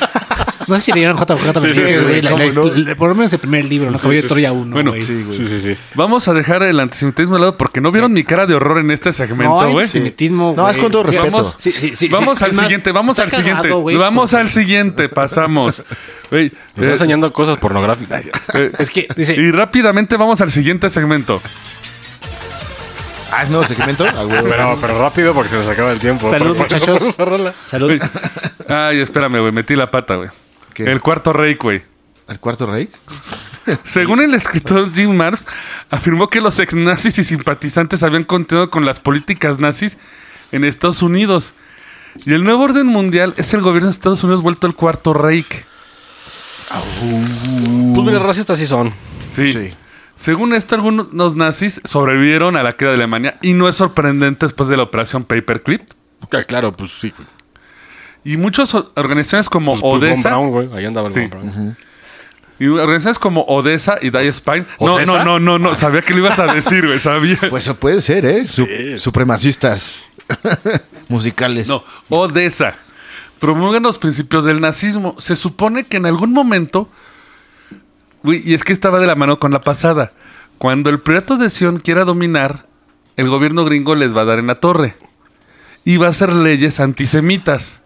E: No sé si leyeron JJ
C: Sí,
E: Benítez,
C: sí,
E: güey. la-
C: ¿cómo
E: la-
C: no?
E: la- Por lo menos el primer libro, ¿no? Caballo de Troya 1,
B: Bueno,
E: güey.
C: Sí, güey.
D: Sí, sí, sí.
B: Vamos a dejar el antisemitismo de lado porque no vieron mi cara de horror en este segmento,
E: No,
B: güey.
E: antisemitismo,
C: No, es
E: güey.
C: con todo respeto.
B: Vamos.
E: Sí, sí, sí,
B: vamos
E: sí.
B: al
E: Es más,
B: siguiente, vamos
E: está
B: al
E: cagado,
B: siguiente.
E: güey.
B: vamos al siguiente, pasamos. Güey,
D: Nos está
B: eh,
D: enseñando cosas pornográficas. ya.
B: eh,
E: Es que dice,
B: y rápidamente vamos al siguiente segmento.
C: Ah, es nuevo segmento. Ah, güey.
D: Pero, pero rápido porque se nos acaba el tiempo. Por-
E: Salud,
D: por-
E: muchachos.
D: esa rola.
E: Salud.
B: Ay, espérame, güey, metí la pata, güey.
C: ¿Qué?
B: El cuarto rey, güey.
C: ¿Al cuarto rey?
B: Según el escritor Jim Mars, afirmó que los ex nazis y simpatizantes habían continuado con las políticas nazis en Estados Unidos. Y el nuevo orden mundial es el gobierno de Estados Unidos vuelto al cuarto Reich.
D: Pues mira, racistas sí son.
B: Sí.
C: Sí.
B: Según esto, algunos nazis sobrevivieron a la caída de Alemania y no es sorprendente después de la operación Paperclip.
D: Ok, claro, pues sí. güey.
B: Y muchas o- organizaciones como
D: Pues, pues,
B: Odessa
D: Von Braun, güey. Ahí andaba el
B: Sí.
D: Von Braun. y
B: y organizaciones como Odessa y Die Spine. No,
D: ¿Ocesa?
B: no, no, no, no, sabía que lo ibas a decir, güey, sabía.
C: Pues eso puede ser, ¿eh? Su- Supremacistas musicales.
B: No, Odessa. Promulgan los principios del nazismo. Se supone que en algún momento. Güey, y es que estaba de la mano con la pasada. Cuando el Priorato de Sion quiera dominar, el gobierno gringo les va a dar en la torre. Y va a hacer leyes antisemitas.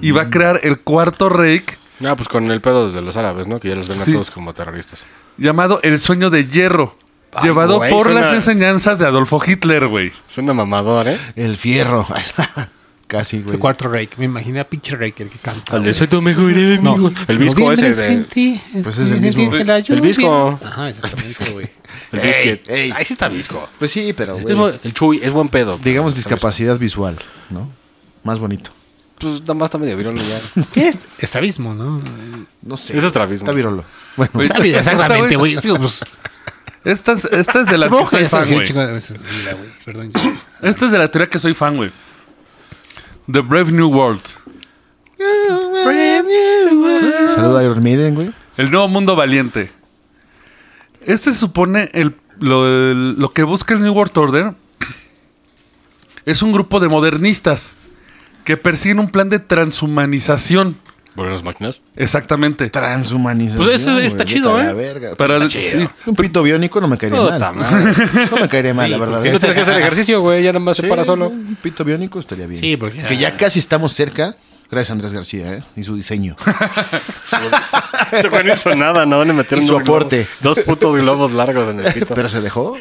B: Y va a crear el cuarto Reich
D: Ah, pues con el pedo de los árabes, ¿no? Que ya los ven a
B: Sí.
D: todos como terroristas.
B: llamado El Sueño de Hierro.
D: Ay,
B: llevado
D: güey,
B: por
D: suena-
B: las enseñanzas de Adolfo Hitler, güey.
D: Suena mamador, ¿eh?
C: El fierro. Casi, güey.
E: El cuarto Reich. Me imaginé a pinche Reich el que canta.
D: El
E: güey.
D: de soy tu mejor enemigo. El visco ese
E: Noviembre
D: de...
E: sentí-
C: Pues es el mismo.
E: sentí la lluvia.
D: visco.
E: Ajá, exactamente, güey.
D: El
C: Ey,
D: biscuit.
C: ey.
D: Ahí sí está visco.
C: Pues sí, pero, güey.
D: Es buen- el chuy es buen pedo.
C: Digamos
D: Está
C: discapacidad visual, ¿no? Más bonito.
D: visco. Pues nada más está medio virolo ya.
E: ¿Qué es? Estabismo, ¿no?
C: No sé.
D: Eso es travismo.
C: Está virolo. Bueno,
B: Güey,
E: Está bien, Exactamente, güey. Digo, pues,
B: Esta es, esta es de las que
E: supongo que
B: soy
E: ya se lo
B: fan,
E: dije un
B: güey.
E: chingo de veces. Mira, güey, Perdón.
B: Esta es de la teoría que soy fan, güey. The Brave New World.
C: saluda a Iron Maiden, güey.
B: El nuevo mundo valiente. Este se supone el, lo, el- lo que busca el New World Order es un grupo de modernistas que persiguen un plan de transhumanización.
D: ¿Volver las máquinas?
B: Exactamente.
C: Transhumanización.
D: Pues ese
C: güey,
D: está
C: vete
D: chido,
C: a la
D: ¿eh?
C: verga.
B: Para- sí.
C: Un pito biónico no me caería
D: Puta
C: mal. No me caería mal, la verdad.
D: No tienes que hacer ejercicio, güey. Ya nada más se
C: Sí,
D: para solo.
C: Un pito biónico estaría bien.
E: Sí, porque- ah,
C: Que ya casi estamos cerca. Gracias, Andrés García, ¿eh? Y su diseño.
D: Ese güey no hizo nada, ¿no? Le metieron
C: Y su
D: dos globos-
C: aporte.
D: dos putos globos largos en el pito.
C: Pero se dejó.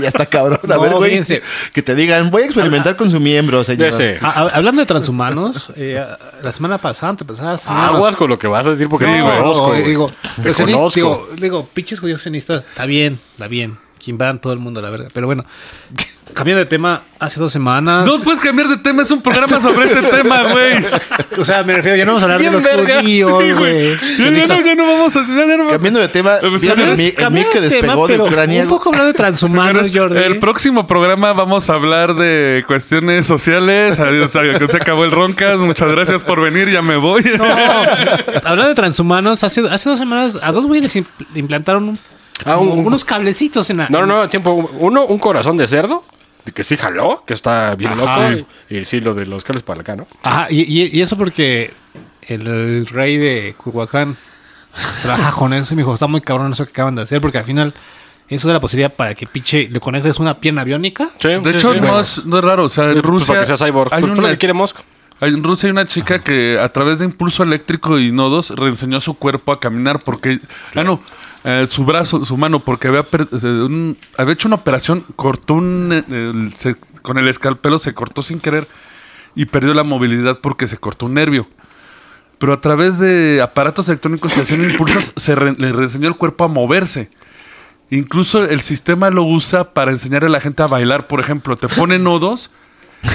C: ya está cabrón. A
E: No,
C: ver, güey.
E: fíjense.
C: Que te digan, voy a experimentar con su miembro, señor.
D: Ese.
E: Ah, ah, hablando de transhumanos, eh, la semana pasada, antepasada, semana-
D: Ah, Aguas con lo que vas a decir porque
B: Sí,
D: te
B: güey.
D: conozco,
E: No,
D: güey.
E: digo,
D: Te
E: los sionistas-
D: conozco.
E: digo, digo, pinches judíos sionistas, está bien, está bien. Quien van todo el mundo, la verdad. Pero bueno, cambiando de tema, hace dos semanas.
B: No puedes cambiar de tema, es un programa sobre ese tema, güey.
E: O sea, me refiero, ya no vamos a hablar de
B: Bien
E: los
B: verga.
E: judíos,
B: Sí,
E: güey.
B: güey. Ya, ya no, ya no vamos a. ya, ya no vamos-
C: Cambiando de tema,
B: Eh, pues,
C: ¿vieron el,
B: cambiamos-
C: mi- el mic que
E: de tema,
C: despegó de
E: pero
C: Ucrania.
E: Un poco hablando de transhumanos, Jordi.
B: El próximo programa vamos a hablar de cuestiones sociales. Adiós, adiós, se acabó el Roncas. Muchas gracias por venir, ya me voy.
E: hablando de transhumanos, hace, hace dos semanas a dos güeyes im- le implantaron un-
D: Ah,
E: como
D: un- un-
E: unos cablecitos en la.
D: No, no, no, tiempo. Uno, un corazón de cerdo, de que sí jaló, que está bien
E: Ajá.
D: loco. Y, y sí, lo de los cables para acá, ¿no?
E: Ajá, y, y- y eso porque el rey de Cuhuacán trabaja con eso y me dijo, está muy cabrón eso que acaban de hacer, porque al final eso da la posibilidad para que pinche le conectes una pierna biónica.
D: Sí,
B: De
D: sí,
B: hecho,
D: sí.
B: no, es, no es raro. O sea, en
D: Pues
B: Rusia.
D: para que sea cyborg.
B: Hay
D: Pues tú lo
B: una,
D: que quiere Musk.
B: hay- en Rusia hay una chica que a través de impulso eléctrico y nodos reenseñó su cuerpo a caminar porque. Ah, no. eh, su brazo, su mano, porque había, per- eh, un- había hecho una operación, cortó un. eh, el- se- con el escalpelo se cortó sin querer y perdió la movilidad porque se cortó un nervio. Pero a través de aparatos electrónicos que hacían impulsos, se re- le reenseñó el cuerpo a moverse. Incluso el sistema lo usa para enseñar a la gente a bailar, por ejemplo. Te pone nodos.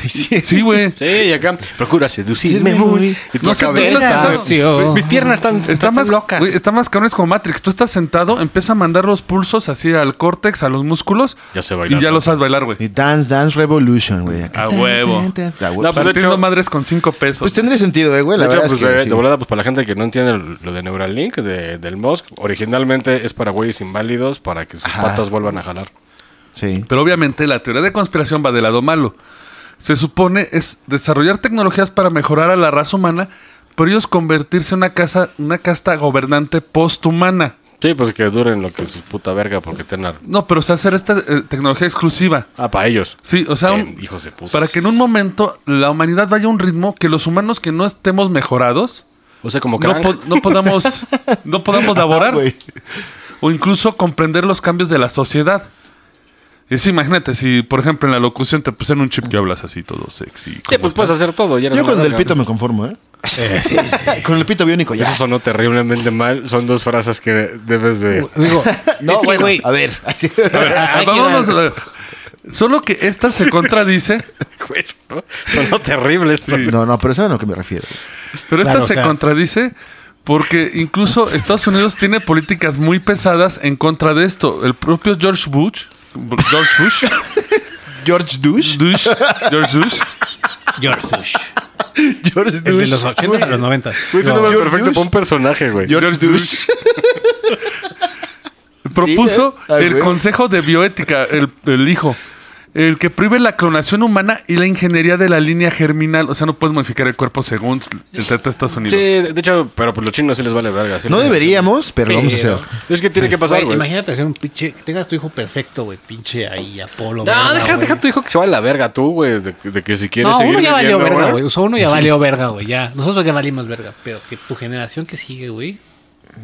C: Sí.
B: Sí, güey.
D: Sí, y acá. Procura seducirme
C: Sirve muy-
D: muy. Y tú
B: No
D: acá
B: sé,
D: ves,
B: tú estás
D: ah,
E: sentado.
D: güey, Mis piernas están,
B: Está
D: están
B: más,
D: locas.
B: güey, está más cabrón, es como Matrix. Tú estás sentado, empieza a mandar los pulsos así al córtex, a los músculos.
D: Ya sé bailar,
B: Y ya
D: ¿no?
B: los haces bailar, güey.
C: Y Dance Dance Revolution, güey. Acá.
B: A huevo.
C: A huevo.
D: No, pues, de
B: Partiendo
D: hecho-
B: madres con cinco pesos.
C: Pues tendría sentido, eh, güey. La
D: de hecho,
C: verdad
D: pues,
C: es que
D: de,
C: sí.
D: de volada, pues para la gente que no entiende lo de Neuralink, de- del Musk, originalmente es para güeyes inválidos para que sus
C: Ajá.
D: patas vuelvan a jalar.
C: Sí.
B: Pero obviamente la teoría de conspiración va del lado malo. Se supone es desarrollar tecnologías para mejorar a la raza humana, pero ellos convertirse en una, casa, una casta gobernante posthumana.
D: Sí, pues que duren lo que sus puta verga, porque tener.
B: No, pero o sea, hacer esta eh, tecnología exclusiva.
D: Ah, para ellos.
B: Sí, o sea, un-
D: Bien, hijos de puta.
B: para que en un momento la humanidad vaya a un ritmo que los humanos que no estemos mejorados
D: O sea, como que.
B: no, po- no podamos no podamos
C: Ah,
B: laborar
C: güey.
B: o incluso comprender los cambios de la sociedad. Y sí, imagínate si, por ejemplo, en la locución te pusieron un chip que hablas así todo sexy.
D: Sí,
B: como
D: pues puedes hacer todo. ya eres
C: Yo
D: una
C: con el del
D: verga.
C: pito me conformo, ¿eh? Con el pito biónico ya.
D: Eso sonó terriblemente mal. Son dos frases que debes de.
E: Digo,
C: No,
E: es que,
C: bueno,
E: güey,
C: a ver. Así-
B: A ver,
E: Hay que
B: Ah, vámonos,
E: dar-
B: eh, Solo que esta se contradice,
D: Güey, ¿no? Sonó terrible eso.
C: No, no, pero eso es a lo que me refiero.
B: pero esta
E: Claro, o
B: se
E: sea-
B: contradice porque incluso Estados Unidos tiene políticas muy pesadas en contra de esto. El propio George Bush, George Bush,
C: George Dush.
B: Bush, George Bush,
E: George Bush.
C: George
E: Es de
C: Dush.
E: los 80 a los 90.
D: Güey, es el nombre
C: George
D: perfecto
C: Bush.
D: para un personaje, güey.
C: George Dush.
B: propuso
C: ¿eh? Ay,
B: el
C: güey.
B: Consejo de Bioética, el, el hijo, el que prohíbe la clonación humana y la ingeniería de la línea germinal. O sea, no puedes modificar el cuerpo según el Tratado de Estados
D: Sí,
B: Unidos.
D: de hecho, pero pues los chinos sí les vale verga. ¿sí?
C: No deberíamos, pero lo vamos a hacer.
E: Pero-
D: Es que tiene que pasar,
E: Güey,
D: güey.
E: imagínate hacer un pinche. que Tengas tu hijo perfecto, güey. Pinche ahí, Apolo.
D: No,
E: verga,
D: deja,
E: güey.
D: deja a tu hijo que se vaya a la verga tú, güey. De, de que si quieres
E: No,
D: seguir
E: uno ya valió
D: viviendo,
E: verga, güey. O sea, uno ya valió verga, güey. Ya. Nosotros ya valimos verga. Pero que tu generación que sigue, güey.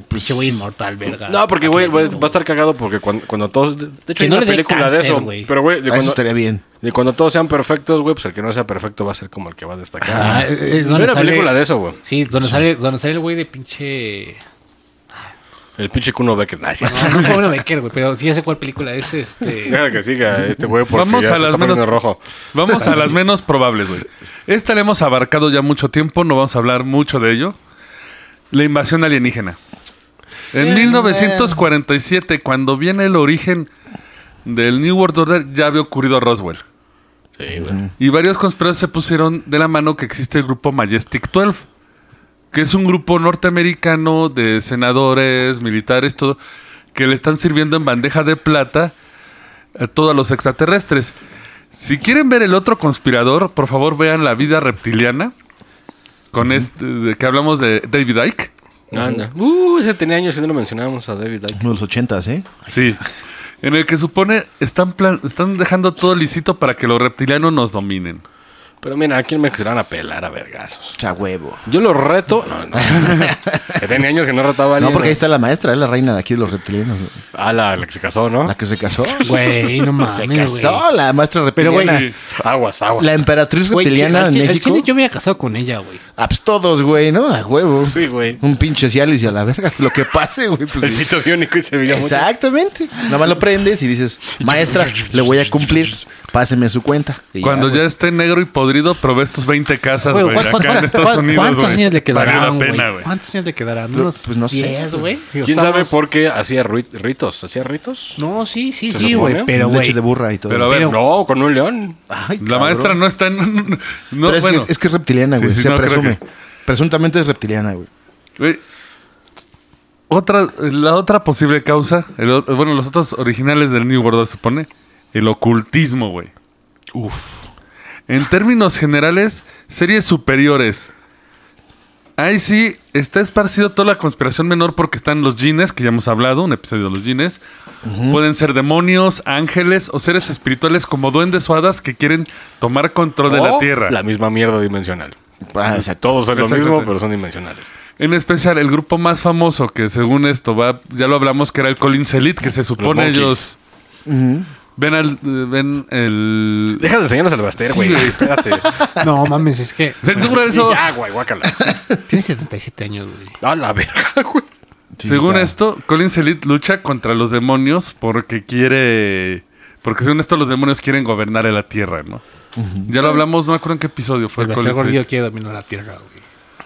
E: Pinche güey inmortal, verga.
D: No, porque, güey, güey,
E: Atlético,
D: va a estar cagado porque cuando, cuando todos... De de hecho,
E: Que
D: hay
E: no
D: una
E: le dé
D: película de
E: cáncer,
D: eso.
E: güey.
D: Pero, güey, de
C: Ah, Eso
D: cuando,
C: estaría bien.
D: de cuando todos sean perfectos, güey, pues el que no sea perfecto va a ser como el que va a destacar.
E: Ah, es- es
D: Hay
E: donde
D: una
E: sale-
D: eh, película de eso, güey.
E: Sí, donde sale, donde sale el güey de pinche.
D: El pinche Kuno Becker. Nah, sí.
E: No, no, no me quiero, güey. Pero sí ya sé cuál película es este.
D: Deja que siga este güey porque
B: Vamos
D: ya se
B: a las
D: está
B: menos
D: poniendo rojo.
B: Vamos a las menos probables, güey. Esta la hemos abarcado ya mucho tiempo, no vamos a hablar mucho de ello. La invasión alienígena. En 1947, cuando viene el origen del New World Order, ya había ocurrido Roswell.
D: Sí, güey.
B: Y varios conspiradores se pusieron de la mano que existe el grupo Majestic 12, que es un grupo norteamericano de senadores, militares, todo, que le están sirviendo en bandeja de plata a todos los extraterrestres. Si quieren ver el otro conspirador, por favor vean La vida reptiliana, con este, de que hablamos de David Icke.
D: Anda. Uh, ese tenía años que no lo mencionábamos a David Icke.
C: Uno de los ochentas, ¿eh?
B: Sí. En el que supone están, plan- están dejando todo lícito para que los reptilianos nos dominen.
D: Pero mira, aquí me quisieran a pelar a vergazos.
C: Cha huevo.
D: Yo lo reto. No, no. que tenía años que no retaba a
C: No,
D: alguien.
C: porque ahí está la maestra, es la reina de aquí de los reptilianos. güey.
D: Ah, la, la que se casó, ¿no?
C: La que se casó.
E: Güey, no mames.
C: Se
E: güey.
C: casó la maestra
E: Pero, güey,
C: reptiliana.
D: Aguas, aguas.
C: la emperatriz
E: Güey,
C: reptiliana de
E: al chile- al
C: México.
E: chile yo me había casado con ella, güey.
C: Ah, pues todos, güey, ¿no? A huevo.
D: Sí, güey.
C: Un pinche Cialis y a la verga. Lo que pase, güey.
D: El
C: Pues, sí.
D: pito biónico y se veía mucho.
C: Exactamente. Nada más lo prendes y dices, maestra, le voy a cumplir. Páseme su cuenta. Y
B: Cuando ya
C: güey.
B: esté negro y podrido, probé estos 20 casas,
E: Güey,
B: güey,
E: ¿cuán-
B: acá
E: cuán-
B: en Estados
E: cuán-
B: Unidos,
E: ¿Cuántos
B: güey.
E: años le
B: Valió
E: quedarán,
B: la pena,
E: güey?
B: güey.
E: ¿Cuántos años le quedarán?
C: Lo-
E: Unos
C: pues no sé.
E: 10, güey. Digo,
D: ¿Quién sabe
E: estábamos-
D: por qué hacía ri- ritos? ¿Hacía ritos?
E: No, sí, sí,
D: ¿Se
E: sí,
D: supone?
E: güey. Pero,
C: Leche
E: güey.
C: de burra y todo.
B: Pero a ver,
E: Pero-
D: No, con un león.
B: la
C: Ay, cabrón.
B: maestra no está en... No,
C: Pero es,
B: bueno.
C: que es, es que es reptiliana,
B: Sí,
C: güey.
B: sí,
C: se
B: no, creo
C: presume.
B: que-
C: Presuntamente es reptiliana, güey.
B: Güey, Otra, la otra posible causa, el o- bueno, los otros originales del New World Order, se supone, el ocultismo, güey.
C: Uf.
B: En términos generales, series superiores. Ahí sí está esparcido toda la conspiración menor porque están los jeans, que ya hemos hablado, un episodio de los jeans. Pueden ser demonios, ángeles o seres espirituales como duendes o hadas que quieren tomar control de la
D: O
B: Tierra.
D: La misma mierda dimensional.
C: Ah, exacto.
D: Todos son lo
B: Exacto.
D: mismo, pero son dimensionales.
B: En especial, el grupo más famoso que según esto va, ya lo hablamos, que era el Colin Elite, que se supone
D: monkeys.
B: ellos... Ven al... eh, Ven el...
D: Deja de enseñarnos al Baster,
B: Sí,
D: güey.
B: güey.
D: Espérate.
E: No, mames, es que.
B: Censura
D: Y
B: eso.
D: Ya, güey, guácala.
E: Tiene 77 años, güey.
D: A la verga, güey.
C: Sí,
B: Según
C: está.
B: esto, Colin Selit lucha contra los demonios porque quiere. Porque según esto, los demonios quieren gobernar en la tierra, ¿no? Ya lo hablamos, no me acuerdo en qué episodio fue.
E: El
B: el
E: Bastar
B: Colin
E: Gordillo
B: Selit.
E: quiere dominar la tierra, güey.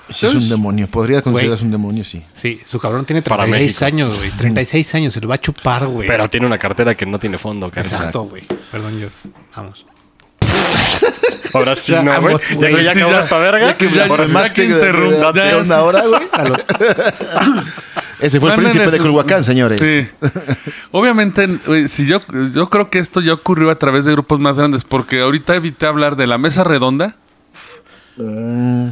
C: Sí, es un demonio. Podría considerarse un demonio, sí.
E: Sí, su cabrón tiene
D: Para
E: 36
D: México.
E: años, güey. 36 años, se lo va a chupar, güey.
D: Pero tiene una cartera que no tiene fondo, cara.
E: Exacto, güey. Perdón, yo. Vamos.
D: Ahora sí, no, güey.
C: vamos,
D: Ya que
B: güey,
D: ya
B: sí,
D: acabó
B: ya.
D: esta verga.
B: Ya que-
D: ahora
B: ya
D: sí.
B: más que interrumpa,
C: date
B: ya es-
C: una hora, güey. Ese fue
B: Manden
C: el príncipe de
B: esos-
C: Culhuacán, señores.
B: Sí. Obviamente, güey, si yo, yo creo que esto ya ocurrió a través de grupos más grandes, porque ahorita evité hablar de la mesa redonda
C: Ah.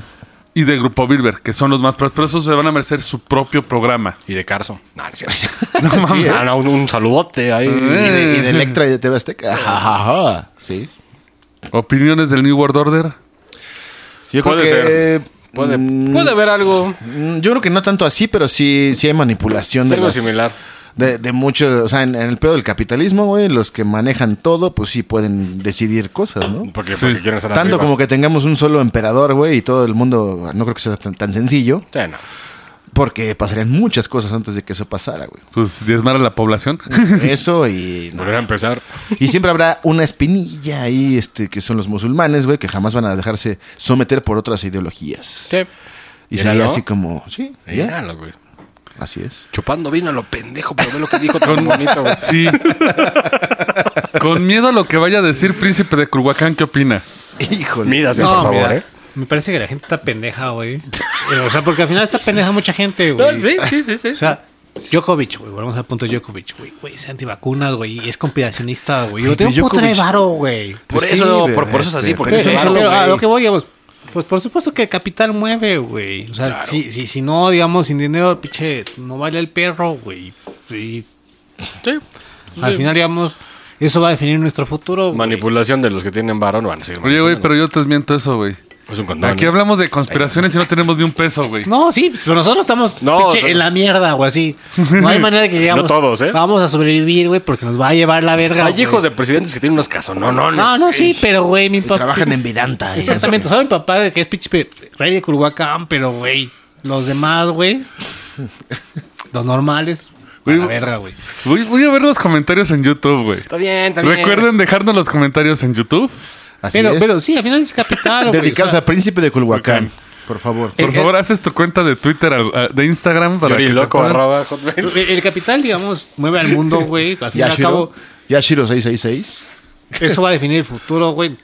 B: y del grupo Bilber, que son los más prósperos, pero esos se van a merecer su propio programa.
D: Y de Carso. No, no es cierto.
C: Sí, ¿eh?
D: Ah, no, un, un saludote ahí.
C: Y de, y
B: Eh.
C: de Electra y de TV Azteca. Ja, ja, ja. Sí.
B: Opiniones del New World Order.
C: Yo creo
D: Puede
C: que. eh,
D: ser. Puede, puede haber algo,
C: mm, Yo creo que no tanto así, pero sí, sí hay manipulación de
D: algo
C: las-
D: similar.
C: De, de muchos, o sea, en, en el pedo del capitalismo, güey, los que manejan todo, pues sí pueden decidir cosas, ¿no?
D: Porque, porque quieren estar
C: Tanto
D: arriba.
C: como que tengamos un solo emperador, güey, y todo el mundo, no creo que sea tan, tan sencillo,
D: Sí, no.
C: Porque pasarían muchas cosas antes de que eso pasara, güey.
B: Pues diezmar a la población.
C: Eso y...
D: Volver a empezar.
C: Y siempre habrá una espinilla ahí, este, que son los musulmanes, güey, que jamás van a dejarse someter por otras ideologías.
D: Sí.
C: Y
D: Míralo.
C: sería así como, sí, ya,
D: Míralo, güey.
C: así es.
D: Chupando vino a lo pendejo, pero ve lo que dijo tan bonito, güey.
B: Sí. Con miedo a lo que vaya a decir Príncipe de Culhuacán, ¿qué opina?
C: Híjole.
D: Mídase, por favor,
E: mira,
D: ¿eh?
E: Me parece que la gente está pendeja, güey. Eh, O sea, porque al final está pendeja mucha gente, güey.
D: sí, sí, sí.
E: O sea, Djokovic, güey. Volvemos al punto de Djokovic, güey. Güey, es antivacuna, güey. Y es conspiracionista, güey. Yo
C: Ay,
E: tengo
C: pero
E: un potre de
C: Djokovic-
E: varo, güey.
D: por
C: Pues
D: eso,
C: sí,
D: por- por, eso es así,
C: este,
D: porque
E: Pero,
C: pero
D: es
C: eso-
D: malo,
E: pero a
D: güey.
E: lo que voy, digamos, pues por supuesto que capital mueve, güey. O sea, si, si, si no, digamos, sin dinero, piche, no vale el perro, güey. Y
D: Sí.
E: al
D: Sí.
E: final, digamos, eso va a definir nuestro futuro. güey.
D: Manipulación de los que tienen varón van a seguir.
B: Oye, güey,
D: manipulando.
B: pero yo te miento eso, güey.
D: Es un condón.
B: Aquí hablamos de conspiraciones y no tenemos ni un peso, güey.
E: No, sí, pero nosotros estamos
D: No,
E: pinche,
D: o sea-
E: en la mierda, güey, así. No hay manera de que digamos.
D: No todos, ¿eh?
E: Vamos a sobrevivir, güey, porque nos va a llevar la verga.
D: Hay
E: güey.
D: hijos de presidentes que tienen unos casononones.
E: No, no, sí, pero, güey, mi papá.
C: Trabajan en Vedanta. y
E: Exactamente, ¿sabe mi papá de que es pinche rey de Culhuacán? Pero, güey, los demás, güey. Los normales. a
B: Güey,
E: la verga, güey.
B: Voy, voy a ver los comentarios en YouTube, güey.
D: Está bien, está bien.
B: Recuerden dejarnos los comentarios en YouTube.
C: eso. Así
E: Pero,
C: es.
E: pero sí, al final es capital, güey.
C: Dedicarse
E: o sea,
C: a Príncipe de Culhuacán, por favor.
E: Eh,
B: Por
E: eh.
B: favor, haces tu cuenta de Twitter, al- a- de Instagram para que te
D: Yoriloco,
B: puedan-
D: arroba, hotmail.
E: el, el capital, digamos, mueve al mundo, güey. Al fin y al
C: Yashiro,
E: cabo,
C: Yashiro 666.
E: eso va a definir el futuro, güey.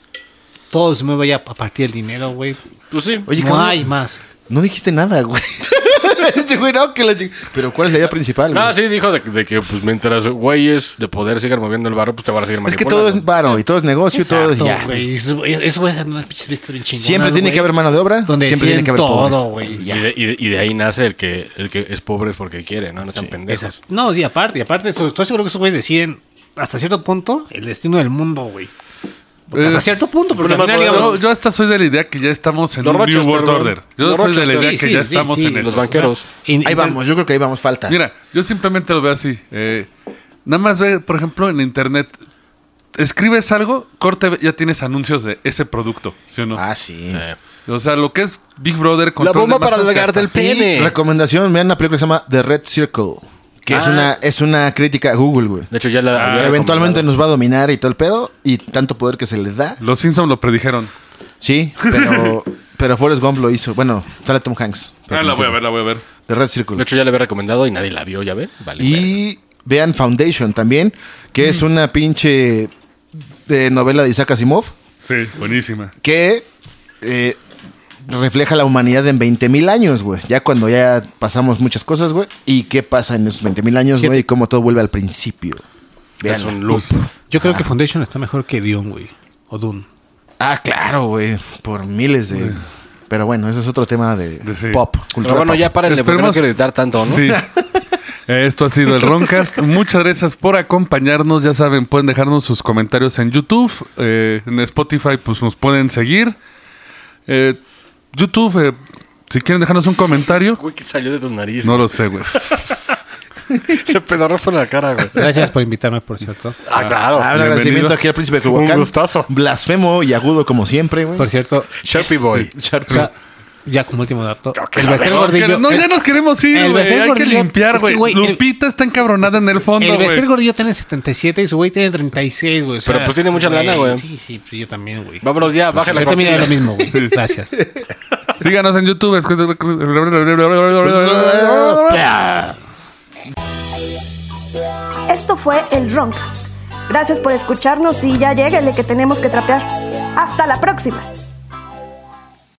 E: Todo se mueve ya a partir del dinero, güey.
D: Pues sí.
C: Oye,
E: no
C: cabrón,
E: hay más.
C: no dijiste nada, güey. Este güey, no, que la ching- Pero ¿cuál es la idea principal?
D: No,
C: güey?
D: sí, dijo de, de que pues mientras güeyes de poder sigan moviendo el barro, pues te van a seguir
C: Es que
D: manipulando.
C: todo es varo y todo es negocio, todo es
E: Exacto,
C: ya.
E: güey. Eso eso va a ser una pinche historia chingona.
C: Siempre tiene
E: güey,
C: que haber mano de obra,
E: Donde
C: siempre tiene
E: deciden
C: que haber
E: todo,
C: pobres.
E: güey.
D: Y de, y de- y de ahí nace el que, el que es pobre es porque quiere, ¿no? No están pendejos.
E: Exacto. No, sí, aparte, y aparte, so- estoy seguro que esos güeyes deciden hasta cierto punto el destino del mundo, güey. Porque Hasta
B: Es-
E: cierto punto, porque al
D: Pero
E: final,
D: más
E: digamos,
B: Yo, yo hasta soy de la idea que ya estamos en
D: Los
B: un New
D: Rochester,
B: World
D: güey.
B: Order. Yo
D: Los
B: soy de la
D: Rochester.
B: idea
E: Sí,
B: que
E: sí,
B: ya
E: sí,
B: estamos
E: sí,
B: en
E: los
B: eso.
D: van- banqueros.
E: in-
C: Ahí
E: in-
C: vamos, yo creo que ahí vamos falta.
B: Mira, yo simplemente lo veo así. eh, nada más ve, por ejemplo, en internet. Escribes algo, corte, ya tienes anuncios de ese producto, ¿sí o no?
C: Ah, sí.
D: Eh,
B: O sea, lo que es Big Brother control de
D: bomba para
B: masas que
D: alargarte
B: hasta-
D: el
C: Y
D: Pene.
C: recomendación, vean una película que se llama The Red Circle, que es
D: Ah.
C: una es una crítica a Google, güey.
D: de hecho, ya la. había
C: Que Ah, eventualmente
D: recomendado.
C: nos va a dominar y todo el pedo y tanto poder que se le da.
B: Los Simpsons lo predijeron.
C: Sí, pero pero Forrest Gump lo hizo. Bueno, sale Tom Hanks.
B: Ah, la voy a ver, la voy a ver.
C: The Red
D: De
C: Circle.
D: hecho, ya la había recomendado y nadie la vio, ¿ya ven? Vale. verga.
C: Y vean Foundation también, que es una pinche eh, novela de Isaac Asimov
B: Sí, buenísima.
C: que eh, refleja la humanidad en 20.000 años, güey. Ya cuando ya pasamos muchas cosas, güey. ¿Y qué pasa en esos 20.000 años, güey? Y cómo todo vuelve al principio.
D: Es
C: Vean.
D: un loop.
E: yo creo que Foundation está mejor que Dune, güey. O Dune.
C: Ah, claro, güey. Por miles de... Pero bueno, ese es otro tema de,
B: De sí.
C: pop, cultura
D: Pero bueno, ya
C: pop.
D: párenle, porque no
B: Esperemos-
D: quiero editar tanto, ¿no?
B: Sí. Esto ha sido el Roncast. Muchas gracias por acompañarnos. Ya saben, pueden dejarnos sus comentarios en YouTube. eh, en Spotify, pues nos pueden seguir. Eh, YouTube, eh, si quieren dejarnos un comentario.
D: Güey, que salió de tu nariz.
B: No lo sé, güey.
D: Se pedorró por la cara, güey.
E: Gracias por invitarme, por cierto.
C: Ah,
D: Ah, claro.
C: un
B: Bienvenido.
C: agradecimiento aquí al príncipe de
D: Un
C: Culhuacán.
D: gustazo.
C: Blasfemo y agudo como siempre, güey.
E: Por cierto,
D: Sharpie Boy.
E: o sea, ya como último dato,
D: que
E: el
D: la
E: Bester
D: verga,
E: Gordillo.
B: no, ya
E: el-
B: nos queremos
E: el
B: ir, güey.
E: Bester
B: Hay que
E: Gordillo-
B: limpiar,
E: es que,
B: güey.
E: güey, el-
B: Lupita está encabronada en el fondo,
E: El Bester
B: güey.
E: Gordillo tiene 77 y su güey tiene 36, güey. o sea,
D: Pero, pues, tiene mucha lana, güey.
E: Sí, sí, pues, yo también, güey.
D: Vámonos
B: Pues,
D: ya, baja la
E: Yo también haría
D: cortina.
E: lo mismo, güey. Gracias.
B: Síganos en YouTube.
A: Esto fue el Roncast. Gracias por escucharnos y ya lléguenle que tenemos que trapear. ¡Hasta la próxima!